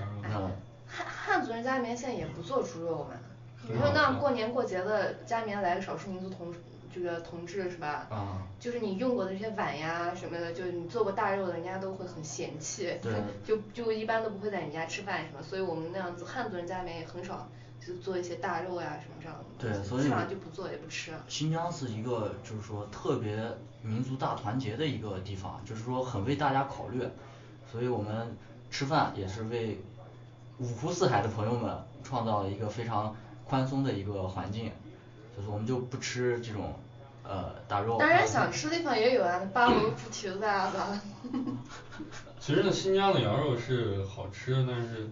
Speaker 6: 羊肉
Speaker 1: 那
Speaker 2: 汉汉族人家里面现在也不做猪肉了嘛，
Speaker 1: 嗯
Speaker 2: 比
Speaker 6: 对
Speaker 2: 如说
Speaker 6: 啊
Speaker 2: 那
Speaker 6: 对
Speaker 2: 过年过节的，家里面来个少数民族同这个同志是吧？
Speaker 1: 啊
Speaker 2: 就是你用过的这些碗呀什么的，就是你做过大肉的，人家都会很嫌弃，
Speaker 1: 对
Speaker 2: 就就一般都不会在你家吃饭什么，所以我们那样子汉族人家里面也很少就做一些大肉呀什么这样的，
Speaker 1: 对所以
Speaker 2: 基本上就不做也不吃。
Speaker 1: 新疆是一个就是说特别民族大团结的一个地方，就是说很为大家考虑，所以我们吃饭也是为五湖四海的朋友们创造了一个非常宽松的一个环境，就是我们就不吃这种呃大肉。
Speaker 2: 当然想吃的地方也有啊，那巴罗夫蹄子啊， *laughs* 吧？
Speaker 6: 其实呢，新疆的羊肉是好吃的，但是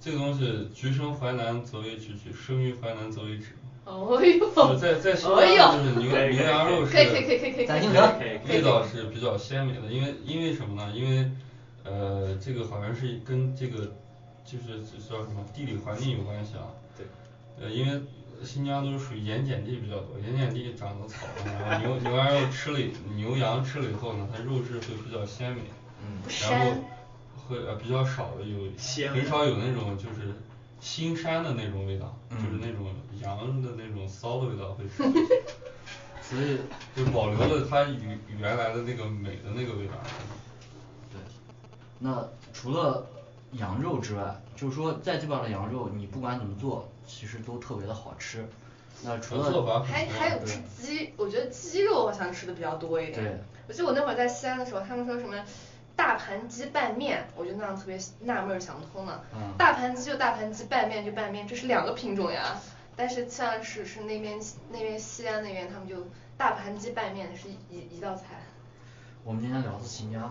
Speaker 6: 这个东西“橘生淮南则为枳枳，生于淮南则为枳
Speaker 2: 哦呦”，
Speaker 6: 就是，在在新
Speaker 2: 哎
Speaker 6: 疆
Speaker 2: 呦，
Speaker 6: 就是牛
Speaker 11: 可以
Speaker 6: 牛羊肉是
Speaker 2: 可以可以可以可以可以可
Speaker 1: 咱
Speaker 2: 以
Speaker 1: 硬
Speaker 2: 可以，
Speaker 1: 核
Speaker 6: 味道是比较鲜美的，因为因为什么呢？因为呃，这个好像是跟这个就是叫什么地理环境有关系啊。
Speaker 11: 对。
Speaker 6: 呃，因为新疆都是属于盐碱地比较多，盐碱地长的草，啊然后牛 *laughs* 牛羊肉吃了以牛羊吃了以后呢，它肉质会比较鲜美，
Speaker 2: 不
Speaker 6: 然后
Speaker 2: 膻，
Speaker 6: 会呃比较少的有
Speaker 11: 鲜
Speaker 6: 很
Speaker 11: 味
Speaker 6: 少有那种就是腥膻的那种味道，就是那种羊的那种骚的味道会少一些。
Speaker 1: 所以
Speaker 6: 就保留了它原原来的那个美的那个味道。
Speaker 1: 对，那除了羊肉之外，就是说在这边的羊肉，你不管怎么做，其实都特别的好吃。那除了
Speaker 6: 做法很
Speaker 2: 还
Speaker 6: 多
Speaker 2: 还有
Speaker 6: 对
Speaker 2: 吃鸡，我觉得鸡肉好像吃的比较多一点。
Speaker 1: 对
Speaker 2: 我记得我那会儿在西安的时候，他们说什么大盘鸡拌面，我就那样特别纳闷儿想不通了。
Speaker 1: 嗯
Speaker 2: 大盘鸡就大盘鸡，拌面就拌面，这是两个品种呀。但是像是是那边那边西安那边，他们就大盘鸡拌面是一一一道菜。
Speaker 1: 我们今天聊的是新疆，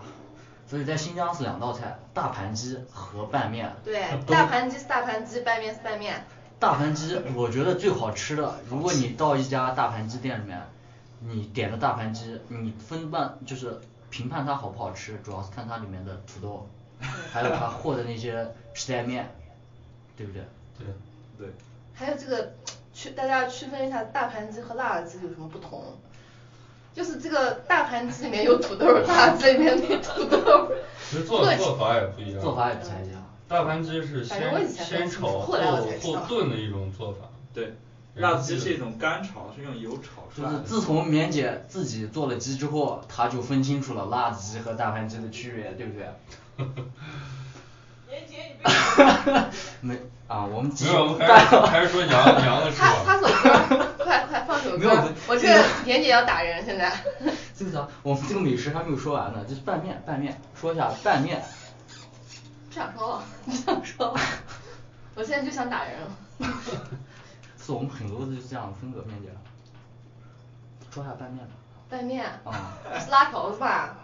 Speaker 1: 所以在新疆是两道菜，大盘鸡和拌面。
Speaker 2: 对
Speaker 1: 都，
Speaker 2: 大盘鸡是大盘鸡，拌面是拌面。
Speaker 1: 大盘鸡，我觉得最好吃的，如果你到一家大盘鸡店里面，你点的大盘鸡，你分半就是评判它好不好吃，主要是看它里面的土豆，还有它和的那些皮带面，对不对？
Speaker 6: 对，
Speaker 11: 对，
Speaker 2: 还有这个区，大家区分一下大盘鸡和辣子鸡有什么不同？就是这个大盘鸡里面有土豆儿，辣子里面没土豆儿。
Speaker 6: 其实做做法也不一样。
Speaker 1: 做法也不太一样。
Speaker 6: 大盘鸡是
Speaker 2: 反正我以
Speaker 6: 先
Speaker 2: 前才
Speaker 6: 先
Speaker 2: 吃
Speaker 6: 炒后
Speaker 2: 后来我才知道
Speaker 6: 后炖的一种做法，
Speaker 11: 对，辣子鸡是一种干炒，是用油炒出
Speaker 1: 就
Speaker 11: 来
Speaker 1: 是
Speaker 11: 的。
Speaker 1: 自从棉姐自己做了鸡之后，她就分清楚了辣子鸡和大盘鸡的区别，对不对？没啊，我们继
Speaker 6: 没
Speaker 1: 续
Speaker 6: 有，我
Speaker 1: *laughs*
Speaker 6: 们还是还是说娘娘的事
Speaker 2: 他他
Speaker 6: 吧。
Speaker 2: 首歌，快快放首
Speaker 1: 没有
Speaker 2: 歌
Speaker 1: 不，
Speaker 2: 我这个年姐要打人现在。
Speaker 1: 这个我们这个美食还没有说完呢，就是拌面，拌面，说一下拌面。 *laughs*
Speaker 2: 不想说了，不想说了，我现在就想打人了。
Speaker 1: 是我们很多都是这样的风格面点儿。说一下拌面吧。
Speaker 2: 拌面，
Speaker 1: 啊
Speaker 2: 是拉条子吧？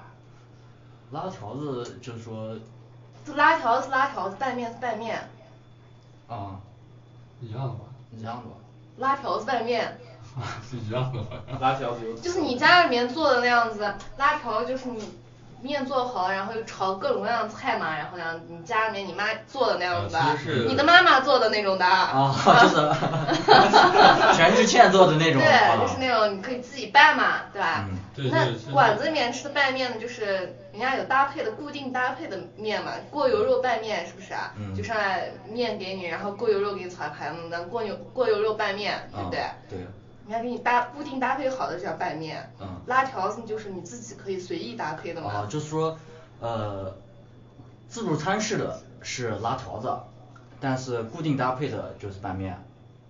Speaker 1: 拉条子就是说，
Speaker 2: 是拉条子是拉条子，拌面是拌面，
Speaker 1: 啊、
Speaker 6: 一样的吧，
Speaker 1: 你这样吧。
Speaker 2: 拉条子拌面，
Speaker 6: *laughs* 是一样的
Speaker 11: *laughs*
Speaker 6: 吧。
Speaker 11: 辣条
Speaker 6: *laughs*
Speaker 11: 子油炒
Speaker 2: 就是你家里面做的那样子，拉条就是你面做好了，然后就炒各种各样的菜嘛，然后呢，你家里面你妈做的那样子
Speaker 6: 啊
Speaker 2: 的
Speaker 6: 其实是，
Speaker 2: 你的妈妈做的那种的。
Speaker 1: 啊， *laughs* 就是全是欠做的那种。
Speaker 2: 对，
Speaker 1: 啊
Speaker 2: 就是那种你可以自己拌嘛，对吧？
Speaker 1: 嗯
Speaker 6: 对对是
Speaker 2: 那馆子里面吃的拌面呢，就是人家有搭配的固定搭配的面嘛，过油肉拌面是不是啊？
Speaker 1: 嗯
Speaker 2: 就上来面给你，然后过油肉给你炒一盘子，咱过油过油肉拌面，对不对？
Speaker 1: 啊对
Speaker 2: 人家给你搭固定搭配好的叫拌面，
Speaker 1: 嗯
Speaker 2: 拉条子就是你自己可以随意搭配的嘛。
Speaker 1: 啊，就是说，呃，自助餐式的是拉条子，但是固定搭配的就是拌面。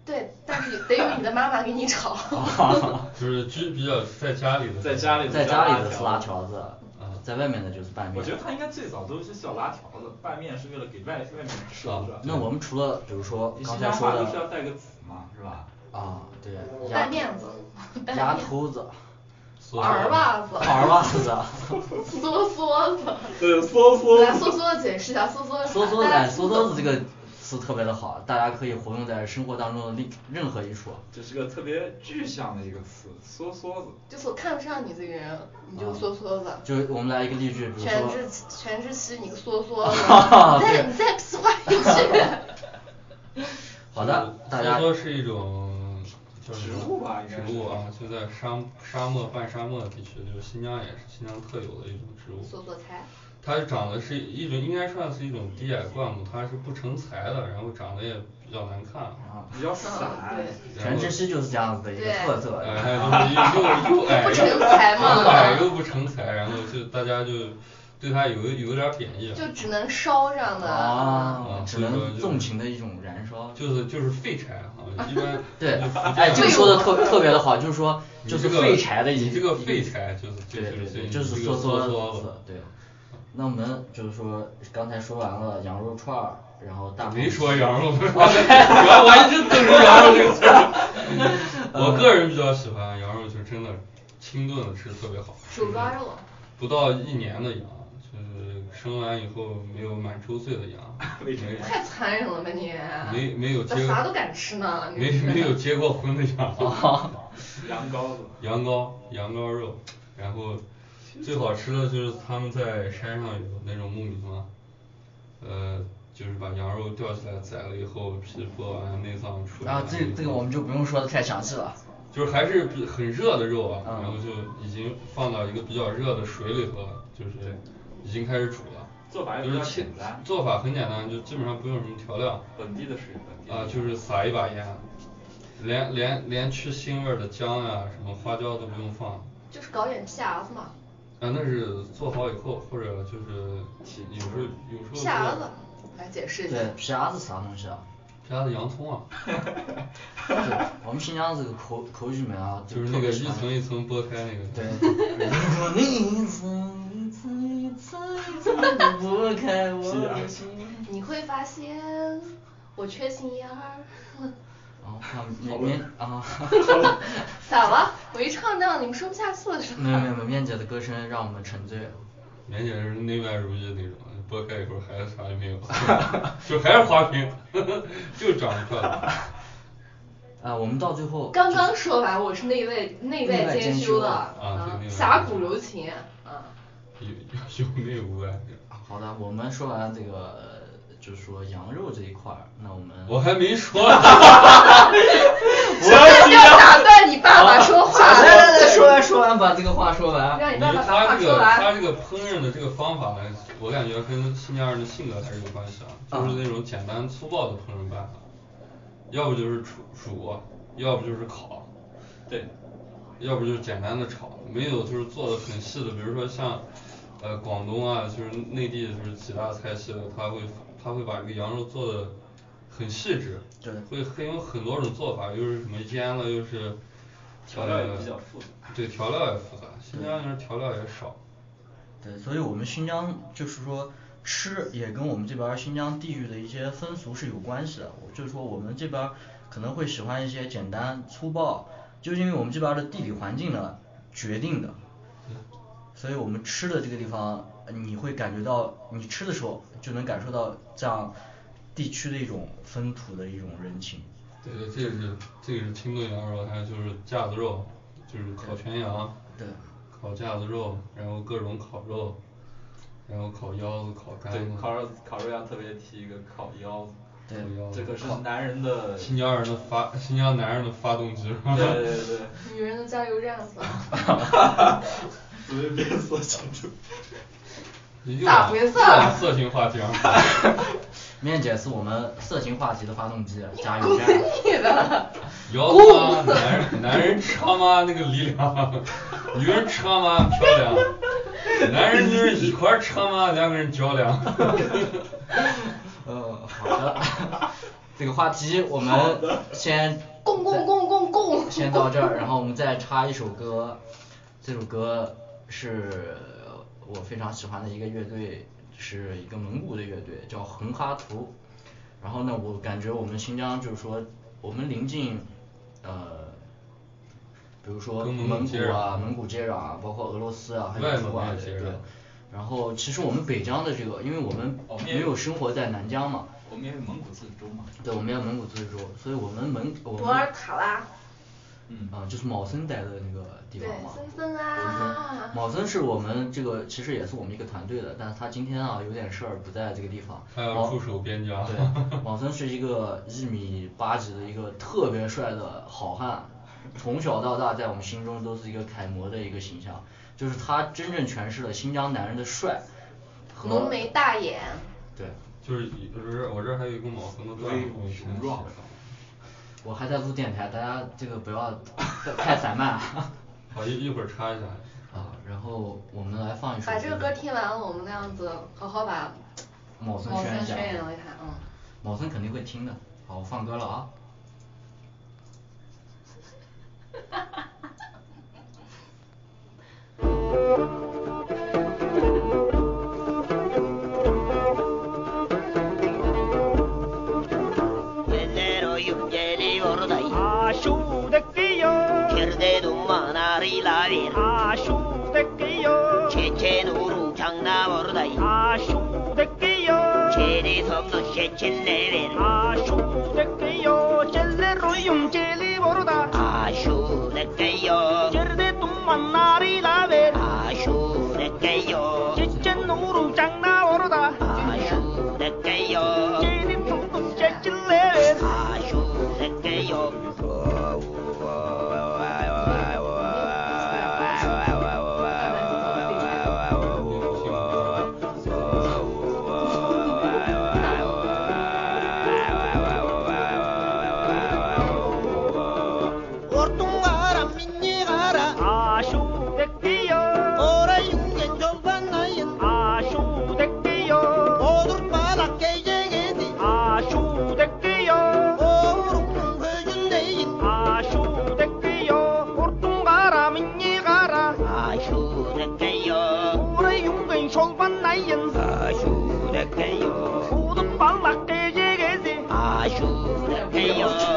Speaker 11: *laughs*
Speaker 2: 对，但是得有你的妈妈给你炒。
Speaker 1: 啊
Speaker 6: 就是居比较在家里的，
Speaker 11: 在家里
Speaker 1: 在家里的是拉条子呃
Speaker 6: 嗯，
Speaker 1: 在外面的就是拌面。
Speaker 11: 我觉得它应该最早都是叫辣条子，拌面是为了给外外面吃的，是吧？
Speaker 1: 那我们除了比如说
Speaker 11: 你
Speaker 1: 刚
Speaker 11: 新
Speaker 1: 才
Speaker 11: 疆
Speaker 1: 说
Speaker 11: 话都是要
Speaker 1: 的
Speaker 11: 带个子嘛，是吧？
Speaker 1: 啊，对，
Speaker 2: 拌
Speaker 1: 鸭
Speaker 2: 面 *laughs* 子，拌
Speaker 1: 鸭
Speaker 2: 面
Speaker 1: 头子、
Speaker 2: 耳袜子，
Speaker 1: 耳袜
Speaker 2: *laughs*
Speaker 1: 子、
Speaker 2: 缩缩
Speaker 1: *laughs*
Speaker 2: 子。
Speaker 8: 对，搜搜
Speaker 2: 来，缩缩解释一下，缩缩是啥
Speaker 1: 梭梭
Speaker 2: 大家
Speaker 1: 哎，
Speaker 2: 不
Speaker 1: 梭
Speaker 2: 懂
Speaker 1: 梭子这个词特别的好，大家可以活用在生活当中的另任何一处。
Speaker 11: 这是个特别具象的一个词，缩缩子。
Speaker 2: 就是我看不上你这个人，你就缩缩子。
Speaker 1: 哦就是我们来一个例句，比如
Speaker 2: 全
Speaker 1: 说，
Speaker 2: 智全智熙，你个缩缩子
Speaker 1: *laughs*
Speaker 2: 你再
Speaker 1: 对
Speaker 2: 你再屁话一 *laughs* 句。
Speaker 1: 好的，大家
Speaker 6: 说是一种就是
Speaker 11: 植物吧应该
Speaker 6: 植
Speaker 11: 是
Speaker 6: 物啊，就在沙沙漠半沙漠地区，就是新疆也是新疆特有的一种植物。
Speaker 2: 缩缩菜，
Speaker 6: 它长得是一种，应该算是一种低矮灌木，它是不成材的，然后长得也比较难看。
Speaker 1: 啊，
Speaker 11: 比
Speaker 8: 嗯
Speaker 11: 较散，
Speaker 1: 全知识就是这样子的一个
Speaker 2: 对
Speaker 1: 特色。啊
Speaker 6: 哎，就是又
Speaker 2: *laughs*
Speaker 6: 又矮又
Speaker 2: 不成材嘛
Speaker 6: 又矮又不成材，然后就大家就对它有有点贬义啊，
Speaker 2: 就只能烧上的。
Speaker 1: 啊
Speaker 6: 啊，
Speaker 1: 只
Speaker 6: 所以说
Speaker 1: 能
Speaker 6: 就
Speaker 1: 纵情的一种燃烧。
Speaker 6: 就是就是废柴啊，一般
Speaker 1: *laughs* 对
Speaker 6: 就，
Speaker 1: 哎，这个说的特特别的好，就是说
Speaker 6: 你
Speaker 1: 就
Speaker 6: 这
Speaker 1: 是
Speaker 6: 个
Speaker 1: 废柴的一
Speaker 6: 你这个
Speaker 1: 一
Speaker 6: 废柴就是
Speaker 1: 对对
Speaker 6: 就是
Speaker 1: 对，
Speaker 6: 你
Speaker 1: 就
Speaker 6: 这
Speaker 1: 是
Speaker 6: 个
Speaker 1: 缩
Speaker 6: 缩
Speaker 1: 缩
Speaker 6: 缩
Speaker 1: 子，对。那我们就是说，刚才说完了羊肉串儿，然后大哦
Speaker 6: 没
Speaker 1: 盘
Speaker 6: 说羊
Speaker 1: *laughs*
Speaker 6: 肉，我 *laughs* 我一直等着羊肉这个词儿。
Speaker 1: 嗯
Speaker 6: 我个人比较喜欢羊肉，就真的清炖的吃得特别好。
Speaker 2: 手抓肉，啊
Speaker 6: 不到一年的羊，就是生完以后没有满周岁的羊，
Speaker 11: 为什么呀？
Speaker 2: 太残忍了吧你？
Speaker 6: 没没有
Speaker 2: 咋
Speaker 6: 接
Speaker 2: 啥都敢吃呢？
Speaker 6: 没没有结过婚的羊，
Speaker 11: 羊羔子。
Speaker 6: 羊羔羊羔肉，然后最好吃的就是他们在山上有那种牧民嘛，呃，就是把羊肉吊起来宰了以后，皮剥完内脏处理完
Speaker 1: 啊
Speaker 6: 以后。，
Speaker 1: 这这个我们就不用说的太详细了。
Speaker 6: 就是还是比很热的肉啊，
Speaker 1: 嗯
Speaker 6: 然后就已经放到一个比较热的水里头了，就是已经开始煮了。
Speaker 11: 做法也
Speaker 6: 就
Speaker 11: 比
Speaker 6: 是
Speaker 11: 较
Speaker 6: 切
Speaker 11: 简单，
Speaker 6: 做法很简单，就基本上不用什么调料，
Speaker 11: 本地的水，本地
Speaker 6: 啊，
Speaker 11: 的
Speaker 6: 就
Speaker 11: 水
Speaker 6: 是撒一把盐，连连连去腥味儿的姜啊，什么花椒都不用放，啊，
Speaker 2: 就是搞点虾子嘛，
Speaker 6: 那是做好以后，或者就是有时候有时候
Speaker 2: 虾
Speaker 6: 做
Speaker 2: 子，来解释一下。
Speaker 1: *laughs* 对，皮牙子啥东西啊？
Speaker 6: 加的洋葱
Speaker 11: *laughs*
Speaker 6: 啊，
Speaker 1: 对，我们新疆这个口口语们啊，
Speaker 6: 就是那
Speaker 1: 特别
Speaker 6: 个
Speaker 1: 喜
Speaker 6: 一
Speaker 1: 欢
Speaker 6: 层一层剥开那个。
Speaker 1: 对，你层一层一层一层地拨开我的心。
Speaker 2: 你会发现我缺心
Speaker 1: *laughs*
Speaker 2: 眼儿。
Speaker 1: 然后他们面面啊，
Speaker 2: 咋了？我一唱这样，你们说不下去了是吧？
Speaker 1: 没有没有没有，面姐的歌声让我们沉醉了。
Speaker 6: 棉姐是内外如一那种，剥开以后还是啥也没有，就还是花瓶，就长一块儿。
Speaker 1: 啊，我们到最后
Speaker 2: 刚刚说完，我是内外内
Speaker 1: 内外
Speaker 2: 外
Speaker 1: 兼
Speaker 2: 兼
Speaker 1: 修
Speaker 2: 修的，
Speaker 6: 啊对内外兼修
Speaker 2: 侠骨柔情啊，
Speaker 6: 有有有内无外。
Speaker 1: 好的，我们说完这个，呃就是说羊肉这一块儿，那我们
Speaker 6: 我还没说呢，
Speaker 2: 我 *laughs* 要打断你爸
Speaker 6: 啊
Speaker 2: 爸说话了，
Speaker 1: 来来来，说完说完，把这个话说完。
Speaker 2: *laughs* 让你
Speaker 6: 因
Speaker 2: 爸
Speaker 6: 为
Speaker 2: 爸把
Speaker 6: 他
Speaker 2: 话
Speaker 6: 这
Speaker 2: 说
Speaker 6: 个他
Speaker 2: 完。
Speaker 6: 这个烹饪的这个方法呢，我感觉跟新疆人的性格还是有关系啊，就是那种简单粗暴的烹饪办法，要不就是煮煮，要不就是烤，
Speaker 11: 对，
Speaker 6: 要不就是简单的炒，没有就是做的很细的，比如说像呃广东啊，就是内地就是几大菜系的，他会他会把这个羊肉做的很细致，
Speaker 9: 对
Speaker 6: 会很有很多种做法，又是什么腌了，又是
Speaker 11: 调料也比较复杂
Speaker 6: 呃对，调料也复杂，新疆人调料也少，
Speaker 9: 对，所以我们新疆就是说吃也跟我们这边儿新疆地域的一些风俗是有关系的。我就是说我们这边儿可能会喜欢一些简单粗暴，就是因为我们这边儿的地理环境呢决定的。所以我们吃的这个地方，呃你会感觉到你吃的时候就能感受到这样地区的一种风土的一种人情。
Speaker 6: 对对，这个是这个是清炖羊肉，还有就是架子肉，就是烤全羊，
Speaker 9: 对
Speaker 6: 烤架子肉，然后各种烤肉，然后烤腰子、烤肝
Speaker 11: 对
Speaker 6: 子，，
Speaker 11: 烤肉烤肉要特别提一个烤腰子，
Speaker 9: 对
Speaker 6: 烤腰子
Speaker 11: 这个是男人的，
Speaker 6: 新疆人的发，新疆男人的发动机。
Speaker 11: 对
Speaker 6: *laughs*
Speaker 11: 对对对，
Speaker 2: 女人的加油站是吧？
Speaker 11: 怎么变色情了？
Speaker 6: 对
Speaker 2: 咋回事儿
Speaker 6: 又色情话题啊！
Speaker 1: 面姐是我们色情话题的发动机，加油站。
Speaker 2: 你的，
Speaker 6: 腰子吗？男人男人吃吗？那个力量，女人吃吗？漂亮，男人女人一块儿吃吗？两个人较量。
Speaker 1: 呃，好的， *laughs* 这个话题我们先
Speaker 2: 供供供供供。
Speaker 1: *laughs* 先到这儿，然后我们再插一首歌，这首歌是我非常喜欢的一个乐队，是一个蒙古的乐队，叫恒哈图。然后呢，我感觉我们新疆就是说，我们临近呃，比如说
Speaker 6: 跟蒙古
Speaker 1: 蒙
Speaker 6: 接
Speaker 1: 古
Speaker 6: 壤
Speaker 1: 啊、蒙古接壤啊，包括俄罗斯啊，还
Speaker 6: 外
Speaker 1: 有
Speaker 6: 蒙
Speaker 1: 土啊，
Speaker 6: 也接
Speaker 1: 对
Speaker 6: 壤
Speaker 1: 对。然后其实我们北疆的这个，因为我们
Speaker 11: 哦面
Speaker 1: 没有生活在南疆嘛，
Speaker 11: 我们也有蒙古自治州嘛，
Speaker 1: 对，我们要蒙古自治州，所以我们蒙我们
Speaker 2: 博尔塔拉，
Speaker 11: 嗯，
Speaker 1: 啊，就是毛森待的那个地
Speaker 2: 对
Speaker 1: 方嘛。，
Speaker 2: 森森
Speaker 1: 毛森
Speaker 2: 啊，
Speaker 1: 毛森是我们这个其实也是我们一个团队的，但是他今天啊有点事儿不在这个地方。
Speaker 6: 他要
Speaker 1: 毛
Speaker 6: 驻守边疆 *laughs*
Speaker 1: 对，毛森是一个一米八几的一个特别帅的好汉，从小到大在我们心中都是一个楷模的一个形象，就是他真正诠释了新疆男人的帅和
Speaker 2: 浓眉大眼，
Speaker 1: 对，
Speaker 6: 就是就是我这儿还有一个毛峰的段子，我以前写的。
Speaker 1: 我还在录电台，大家这个不要太散漫
Speaker 6: *laughs*
Speaker 1: 啊。
Speaker 6: 好，一一会儿插一下。
Speaker 1: 啊，然后我们来放一首
Speaker 2: 把这个歌听完哦了，我们那样子好好把
Speaker 1: 毛森
Speaker 2: 毛
Speaker 1: 宣
Speaker 2: 森
Speaker 1: 一下
Speaker 2: 宣扬一下，
Speaker 6: *laughs*
Speaker 2: 嗯。
Speaker 1: 毛森肯定会听的。好，我放歌了啊。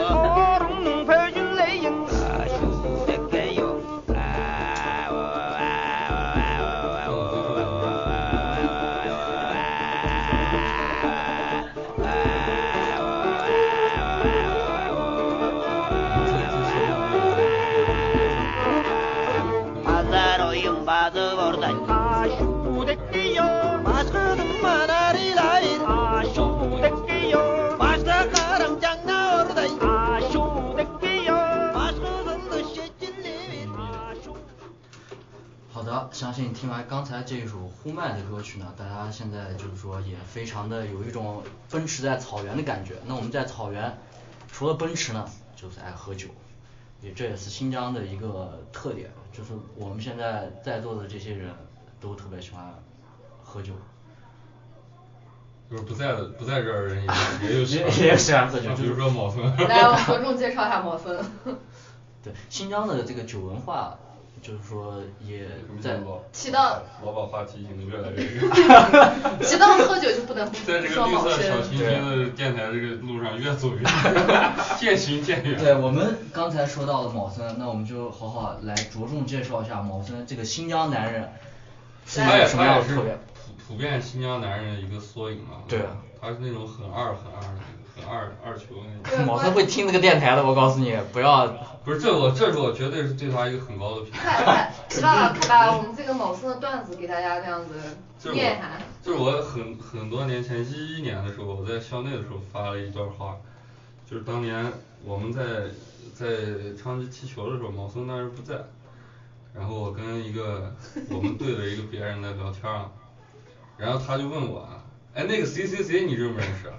Speaker 1: 哎好的，相信听完刚才这首呼麦的歌曲呢，大家现在就是说也非常的有一种奔驰在草原的感觉。那我们在草原，除了奔驰呢，就是爱喝酒。也这也是新疆的一个特点，就是我们现在在座的这些人都特别喜欢喝酒，
Speaker 6: 就是不在的不在这儿的人也也有喜
Speaker 1: *laughs* 也也有喜欢喝酒
Speaker 6: 啊比如说某森，
Speaker 2: *laughs* 来，我们着重介绍一下毛森。
Speaker 1: 对新疆的这个酒文化，就是说也在
Speaker 6: 嗯
Speaker 2: 提到
Speaker 6: 老把话题引得越来
Speaker 2: *laughs*
Speaker 6: 越远。
Speaker 2: 提到喝酒就不能不
Speaker 6: 在这个
Speaker 2: 说
Speaker 6: 绿
Speaker 2: 毛
Speaker 6: 色小
Speaker 2: 森。
Speaker 6: 清新的电台这个路上越
Speaker 1: *laughs*
Speaker 6: 走越 *laughs* 远，渐行渐远。
Speaker 1: 对我们刚才说到了毛森，那我们就好好来着重介绍一下毛森这个新疆男人是一
Speaker 6: 他也
Speaker 1: 个什么
Speaker 6: 他
Speaker 1: 样
Speaker 6: 也
Speaker 1: 的
Speaker 6: 是
Speaker 1: 特点。
Speaker 6: 普普遍新疆男人的一个缩影嘛。
Speaker 1: 对啊
Speaker 6: 他是那种很二很二的那个，很二二球的那种。
Speaker 2: 啊
Speaker 1: 毛森会听这个电台的，我告诉你，不要。
Speaker 6: 不是，这我这是我绝对是对他一个很高的评价。
Speaker 2: 快快，知道了，快把我们这个毛森的段子给大家这样
Speaker 6: 就
Speaker 2: 子
Speaker 6: 是
Speaker 2: 念一
Speaker 6: 我
Speaker 2: 下。，
Speaker 6: 就是我很很多年前一一年的时候，我在校内的时候发了一段话，就是当年我们在在昌吉踢球的时候，毛森当时不在，然后我跟一个我们队的一个别人在聊天啊，然后他就问我啊，哎那个谁谁谁你认不认识啊？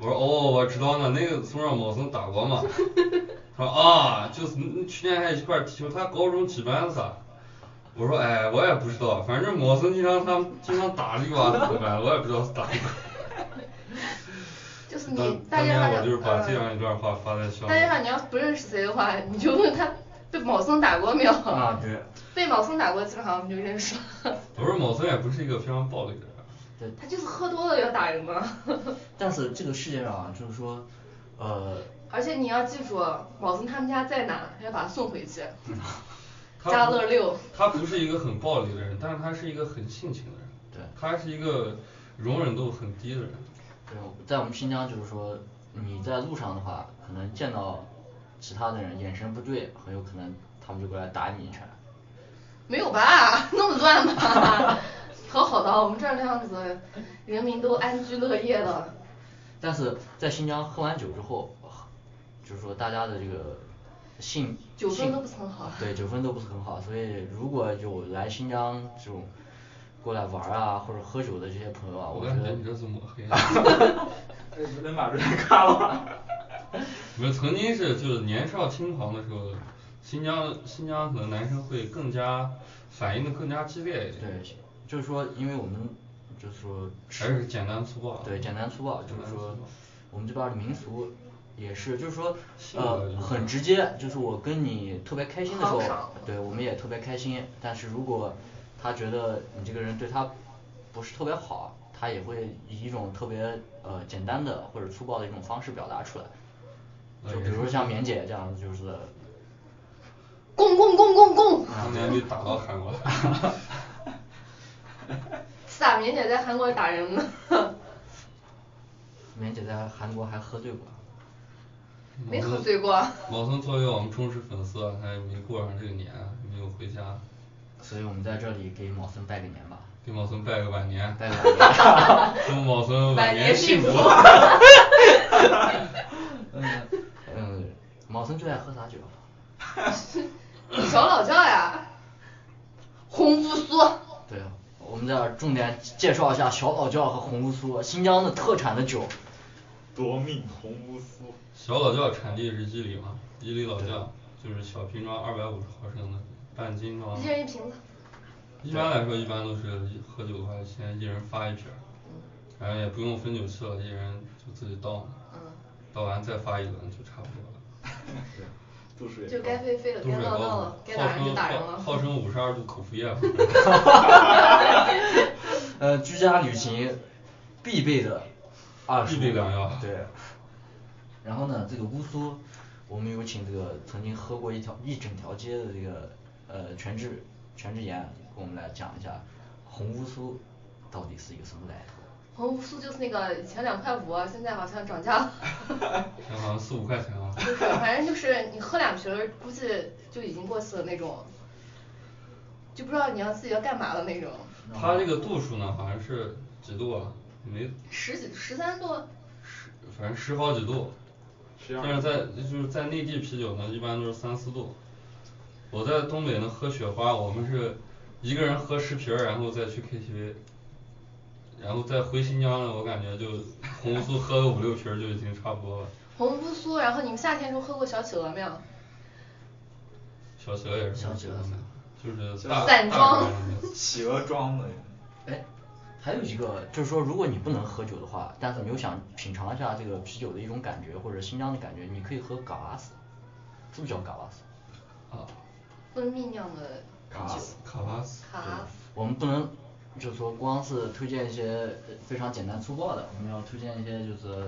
Speaker 6: 我说哦我知道呢，那个从让毛森打过嘛，他说啊就是你去年还一块儿踢球，他高中几班子啊？我说哎，我也不知道，反正毛森经常他们经常打绿
Speaker 1: *laughs*
Speaker 6: 娃子怎么办，我也不知道是打绿娃。
Speaker 2: 就是
Speaker 6: 当
Speaker 2: 你大
Speaker 6: 当
Speaker 2: 街
Speaker 6: 年
Speaker 2: 上
Speaker 6: 我就是把这
Speaker 2: 呃
Speaker 6: 样一段话发在校
Speaker 2: 大街
Speaker 6: 内，
Speaker 2: 上你要不认识谁的话，你就问他被毛森打过没有？
Speaker 1: *laughs* 啊，对。
Speaker 2: 被毛森打过，基本上我们就认识了。
Speaker 6: 我说毛森也不是一个非常暴力的人，
Speaker 2: 他就是喝多了要打人嘛。
Speaker 1: 但是这个世界上啊，就是说，呃，
Speaker 2: 而且你要记住，哦毛森他们家在哪，要把他送
Speaker 1: *laughs*
Speaker 2: 回去。
Speaker 6: 他
Speaker 2: 家乐六，
Speaker 6: 他不是一个很暴力的人，但是他是一个很性情的人，
Speaker 1: 对
Speaker 6: 他是一个容忍度很低的人。
Speaker 1: 对，在我们新疆就是说，你在路上的话，可能见到其他的人眼神不对，很有可能他们就过来打你一拳。
Speaker 2: 没有吧？那么乱吧？ *laughs* 好好的，哦我们这儿那样子，人民都安居乐业的。
Speaker 1: 但是在新疆喝完酒之后，啊就是说大家的这个性
Speaker 2: 酒氛
Speaker 1: 性
Speaker 2: 都不是很好
Speaker 1: 对，酒氛都不是很好，所以如果有来新疆这种过来玩啊或者喝酒的这些朋友啊，我觉
Speaker 6: 感觉
Speaker 1: 得
Speaker 6: 你这是抹黑。
Speaker 1: *laughs*
Speaker 11: 能把这卡了。
Speaker 6: 没有，曾经是就是年少轻狂的时候，新疆新疆可能男生会更加反应的更加激烈一点。
Speaker 1: 对，就是说，因为我们就是说
Speaker 6: 还是简单粗暴
Speaker 1: 对，简单粗暴，就
Speaker 6: 简单
Speaker 1: 是
Speaker 6: 粗
Speaker 1: 说
Speaker 6: 暴
Speaker 1: 我们这边儿的民俗也是，就是说
Speaker 6: 性格
Speaker 1: 呃
Speaker 6: 就是
Speaker 1: 很直接，就是我跟你特别开心的时候
Speaker 2: 好爽，
Speaker 1: 对我们也特别开心，但是如果他觉得你这个人对他不是特别好，他也会以一种特别呃简单的或者粗暴的一种方式表达出来，
Speaker 6: 那
Speaker 1: 就
Speaker 6: 呃也
Speaker 1: 比如
Speaker 6: 是
Speaker 1: 说像棉姐这样，就是
Speaker 2: 供供供供供！
Speaker 6: 当年被打到韩国来。
Speaker 2: 是啊，明姐在韩国打人呢。
Speaker 1: 棉姐在韩国还喝醉过。
Speaker 2: *laughs* 没喝
Speaker 6: *laughs*
Speaker 2: 醉过
Speaker 6: 毛森作为我们忠实粉丝，啊，他也没过上这个年，啊没有回家，
Speaker 1: 所以我们在这里给毛森拜个年吧，
Speaker 6: 给毛森拜个晚年，
Speaker 1: 拜个晚年。
Speaker 6: 祝毛森
Speaker 2: 晚
Speaker 6: 年
Speaker 2: 年
Speaker 6: 幸
Speaker 2: 幸福
Speaker 6: 福。
Speaker 1: 嗯嗯，毛森最爱喝啥酒？啊
Speaker 2: 你小老教呀，红乌苏，
Speaker 1: 对啊，我们在这儿重点介绍一下小老窖和红乌苏，新疆的特产的酒。
Speaker 8: 夺命红乌苏，
Speaker 6: *laughs* 小老窖产地是伊犁嘛，伊犁老窖就是小瓶装二百五十毫升的，半斤装。
Speaker 2: 一人一瓶子。
Speaker 6: 一般来说，一般都是喝酒的话，先一人发一瓶儿，然后也不用分酒器了，一人就自己倒嘛，
Speaker 2: 嗯，
Speaker 6: 倒完再发一轮就差不多了。
Speaker 8: 度数也
Speaker 2: 就
Speaker 8: 高
Speaker 2: 该飞飞了，
Speaker 6: 度
Speaker 2: 该
Speaker 6: 数也
Speaker 2: 闹
Speaker 6: 高
Speaker 2: 闹
Speaker 6: 嘛
Speaker 2: 了，，该
Speaker 6: 号
Speaker 2: 打人就
Speaker 6: 称
Speaker 2: 打人
Speaker 6: 号
Speaker 2: 了。
Speaker 6: 号称五十二度口服液
Speaker 2: *laughs*
Speaker 6: 嘛。
Speaker 1: 呃，居家旅行必备的二十
Speaker 6: 必备良药
Speaker 1: 对。然后呢，这个乌苏，我们有请这个曾经喝过一条一整条街的这个呃全智全智妍给我们来讲一下红乌苏到底是一个什么来头。
Speaker 2: 红乌苏就是那个以前两块五，啊现在好像涨价了。
Speaker 6: 那好像四五块钱啊。
Speaker 2: 就是 *laughs* 反正就是你喝两瓶儿，估计就已经过期了那种，就不知道你要自己要干嘛的那种。
Speaker 6: 它这个度数呢，好像是几度啊？没，
Speaker 2: 十几十三度，
Speaker 6: 十，反正十好几度。
Speaker 11: 十二
Speaker 6: 但是在就是在内地啤酒呢，一般都是三四度。我在东北呢喝雪花，我们是一个人喝十瓶儿，然后再去 KTV。然后再回新疆呢，我感觉就红苏喝个五六瓶儿就已经差不多了。
Speaker 2: 红乌苏。然后你们夏天时候喝过小企鹅没有？
Speaker 6: 小企鹅也是
Speaker 1: 小企鹅
Speaker 6: 嗯就是大
Speaker 2: 散
Speaker 6: 大
Speaker 2: 装
Speaker 6: 概是
Speaker 11: *laughs* 企鹅装的，
Speaker 1: 哎，还有一个就是说，如果你不能喝酒的话，但是你又想品尝一下这个啤酒的一种感觉或者新疆的感觉，你可以喝嘎瓦斯，是不是叫嘎瓦斯？
Speaker 6: 啊，
Speaker 2: 蜂蜜酿的
Speaker 6: 卡斯卡巴斯，
Speaker 2: 卡斯，
Speaker 1: 我们不能就是说光是推荐一些呃非常简单粗暴的，我们要推荐一些就是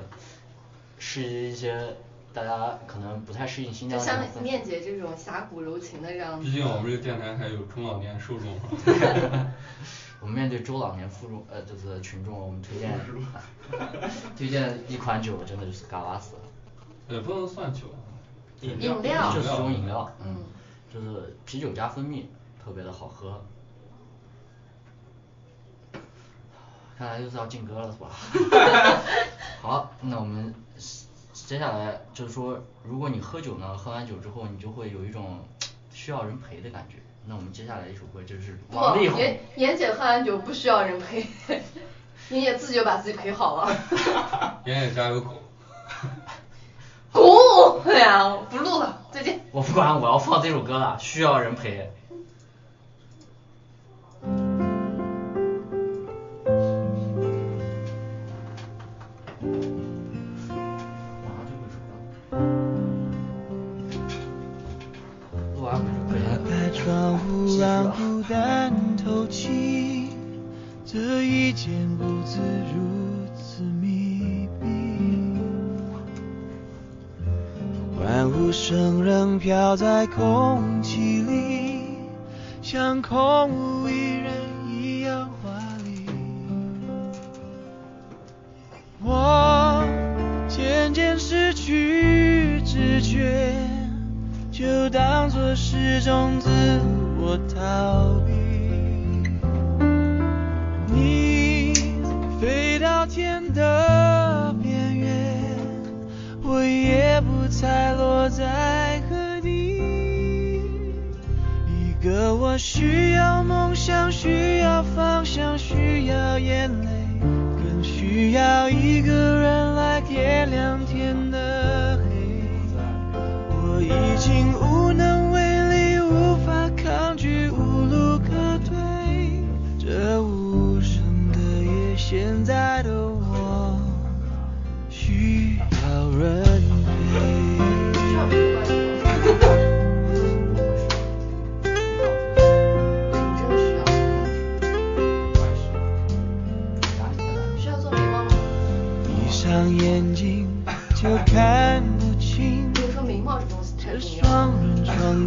Speaker 1: 适宜一些大家可能不太适应新
Speaker 2: 就
Speaker 1: 疆的
Speaker 2: 像
Speaker 1: 那种
Speaker 2: 念
Speaker 1: 氛围
Speaker 2: 姐这种侠骨柔情的这样子
Speaker 6: 毕。竟我们这个电台还有中老年受众啊
Speaker 2: *laughs*
Speaker 6: *laughs* 嘛。
Speaker 1: 我们面对中老年负重呃就是群众，我们推荐 *laughs* 推荐一款酒，真的就是嘎瓦斯。
Speaker 6: 也不能算酒啊，
Speaker 2: 饮饮料
Speaker 1: 就是一种饮料，
Speaker 2: 嗯
Speaker 1: 嗯，就是啤酒加蜂蜜，特别的好喝。看来又是要进歌了
Speaker 2: *laughs*
Speaker 1: 是吧？好，那我们接下来就是说，如果你喝酒呢，喝完酒之后你就会有一种需要人陪的感觉。那我们接下来一首歌就是王
Speaker 2: 不，
Speaker 1: 力宏，
Speaker 2: 妍妍姐喝完酒不需要人陪， *laughs* 妍姐自己就把自己陪好了。 *laughs*
Speaker 6: 妍妍家有
Speaker 1: *laughs*
Speaker 6: 狗，
Speaker 2: 滚！哎呀，不录了，再见。
Speaker 1: 我不管，我要放这首歌了，需要人陪。马上就会说话录完我就可以
Speaker 10: 打
Speaker 1: 了
Speaker 10: 开窗户，
Speaker 1: 啊
Speaker 10: 让孤单透气。这一间屋子如此密闭，欢呼声仍飘在空气里，像空无一人一样华丽。我渐渐失去知觉，就当作是种自我逃避。你飞到天的边缘，我也不猜落在何地。一个我需要梦想，需要方向，需要眼泪，更需要一个人来点亮天的黑。我已经无能为力，无法抗拒，无路可退。这无声的夜，现在的我需要人陪。
Speaker 2: 真需要，需要做眉毛吗？
Speaker 10: 闭上眼睛就看不清
Speaker 2: 比如说眉毛这东西太
Speaker 10: 这
Speaker 2: 重要
Speaker 10: 双
Speaker 2: 了。
Speaker 10: 人床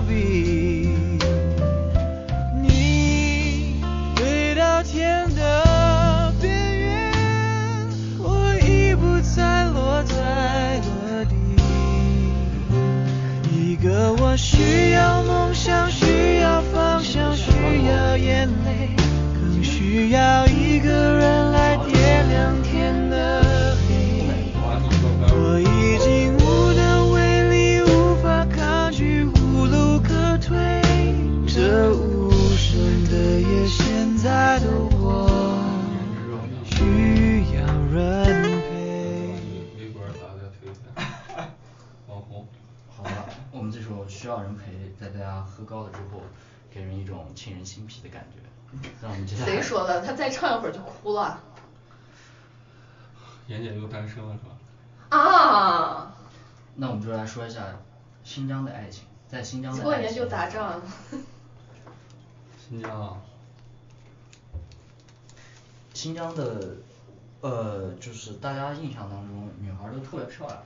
Speaker 10: 避。你飞到天的边缘，我已不再落在何地。一个我需要梦想，需要方向，需要眼泪，更需要一个人来点亮天的黑。
Speaker 6: 把你照片
Speaker 10: 我已经无能为力，无法抗拒，无路可退。这无声的夜，现在的我需要人陪。
Speaker 6: *laughs* 微博啥的推 *laughs* 荐，网红。
Speaker 1: 好了，我们这首需要人陪，在大家喝高了之后，给人一种沁人心脾的感觉。让我们接下来
Speaker 2: 谁说的？他再唱一会儿就哭了。
Speaker 6: 妍姐又单身了是吧？
Speaker 2: 啊！
Speaker 1: 那我们就来说一下新疆的爱情，在新疆的
Speaker 2: 过
Speaker 1: 爱
Speaker 2: 年
Speaker 1: 情
Speaker 2: 就打仗。
Speaker 6: 新疆啊，
Speaker 1: 新疆的，呃，就是大家印象当中，女孩儿都特别漂亮，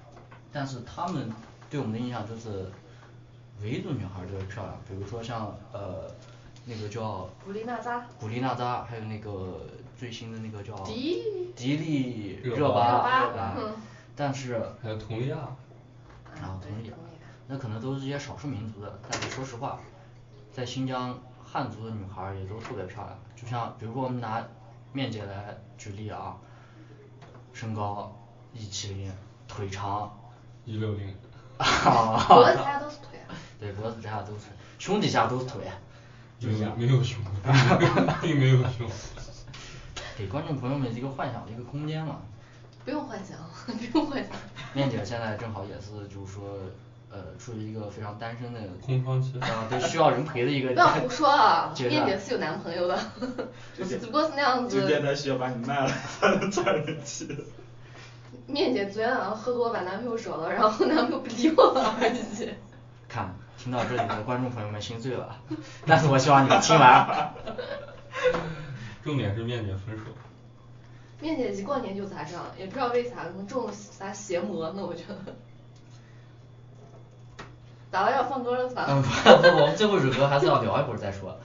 Speaker 1: 但是她们对我们的印象就是，维族女孩儿特别漂亮，比如说像呃，那个叫
Speaker 2: 古力娜扎
Speaker 1: 古力娜扎，还有那个最新的那个叫
Speaker 2: 迪
Speaker 1: 迪丽
Speaker 6: 热
Speaker 1: 热
Speaker 6: 巴
Speaker 2: 热巴
Speaker 1: 啊
Speaker 2: 嗯
Speaker 1: 但是
Speaker 6: 还有佟丽娅，
Speaker 1: 然后
Speaker 2: 嗯对
Speaker 1: 同意
Speaker 2: 佟丽娅，
Speaker 1: 那可能都是一些少数民族的，但是说实话，在新疆汉族的女孩儿也都特别漂亮，就像比如说我们拿面姐来举例啊，身高一七零，腿
Speaker 2: *laughs*
Speaker 1: 长，啊
Speaker 6: 一六零， *laughs*
Speaker 2: 脖子下都是腿啊。
Speaker 1: *laughs* 对，脖子下都是，胸底下都是腿，就
Speaker 6: 没
Speaker 1: 是这
Speaker 6: 有
Speaker 1: 样
Speaker 6: 没有胸，并 *laughs* 没有胸，
Speaker 1: 给观众朋友们一个幻想的一个空间嘛。
Speaker 2: 不用幻想，不用幻想。
Speaker 1: 面姐现在正好也是就是说，呃，处于一个非常单身的
Speaker 6: 空窗期
Speaker 1: 啊，对，需要人陪的一个
Speaker 2: 不要胡说 *laughs*
Speaker 1: *laughs*
Speaker 2: 啊！
Speaker 1: 阶
Speaker 2: 燕
Speaker 1: 段
Speaker 2: 姐是有男朋 *laughs* 友的，只不过是那样
Speaker 8: 这个电
Speaker 2: 子。
Speaker 8: 台需要把你卖了才能赚人气。
Speaker 2: 面姐昨天晚上喝多把男朋友手了，然后男朋友不理我了 *laughs* 而已。
Speaker 1: 看，听到这里的观众朋友们心醉了， *laughs* 但是我希望你们听
Speaker 2: *laughs*
Speaker 1: 完。
Speaker 6: *laughs* 重点是面姐分手，
Speaker 2: 面姐一过年就咋上，也不知道为啥，可能中了啥邪魔呢？我觉得。咋了？要放歌了是吧？
Speaker 1: 嗯，不不，我们最后一首歌还是要聊一会儿再说，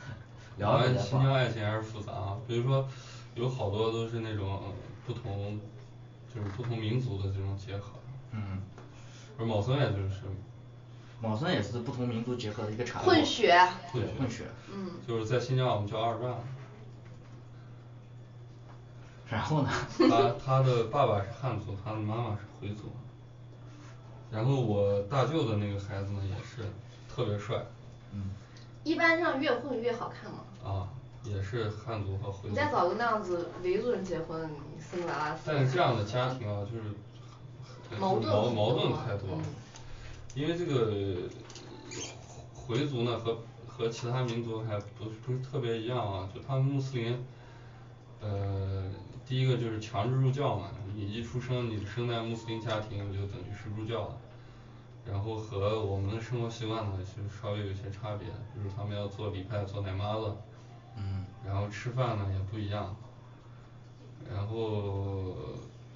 Speaker 1: 聊一会儿
Speaker 6: 完
Speaker 1: 再
Speaker 6: 新疆
Speaker 1: 放。
Speaker 6: 爱情还是复杂啊，比如说有好多都是那种不同，就是不同民族的这种结合，
Speaker 1: 嗯，
Speaker 6: 而毛森也就是
Speaker 1: 毛森也是不同民族结合的一个产物。
Speaker 2: 混血。
Speaker 1: 对，混
Speaker 6: 混血。
Speaker 1: 血
Speaker 2: 嗯。
Speaker 6: 就是在新疆我们叫二
Speaker 2: *laughs*
Speaker 6: 战，
Speaker 1: 然后呢？
Speaker 6: 他他的爸爸是汉族，他的妈妈是回族。然后我大舅的那个孩子呢，也是特别帅
Speaker 1: *laughs* 嗯，
Speaker 2: *laughs* 一般上越混越好看嘛。
Speaker 6: 啊，也是汉族和回族。
Speaker 2: 你再找个那样子维族人结婚，你生娃娃死娃
Speaker 6: 但是这样的家庭啊，就是很
Speaker 2: 矛盾
Speaker 6: 矛
Speaker 2: 很
Speaker 6: 矛
Speaker 2: 多
Speaker 6: 盾
Speaker 2: 嘛
Speaker 6: 太多了
Speaker 2: 嗯，
Speaker 6: 因为这个回族呢和和其他民族还不是不是特别一样啊，就他们穆斯林，呃，第一个就是强制入教嘛，你一出生你生在穆斯林家庭，就等于是入教了。然后和我们的生活习惯呢，就是稍微有一些差别，比如他们要做礼拜、做奶妈子，
Speaker 1: 嗯，
Speaker 6: 然后吃饭呢也不一样，然后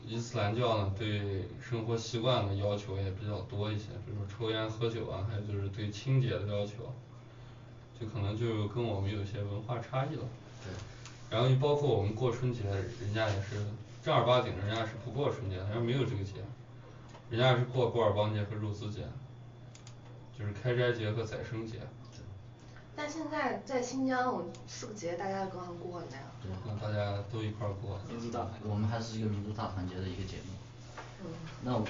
Speaker 6: 伊斯兰教呢对生活习惯的要求也比较多一些，比如说抽烟、喝酒啊，还有就是对清洁的要求，就可能就跟我们有些文化差异了。对。然后就包括我们过春节，人家也是正儿八经，人家是不过春节的，人家没有这个节，人家是过古尔邦节和肉孜节，就是开斋节和宰生节。
Speaker 2: 但现在在新疆，我是个节大家都刚过呢。
Speaker 6: 那大家都一块儿过。
Speaker 1: 民族大团，我们还是一个民族大团结的一个节目。
Speaker 2: 嗯，
Speaker 1: 那我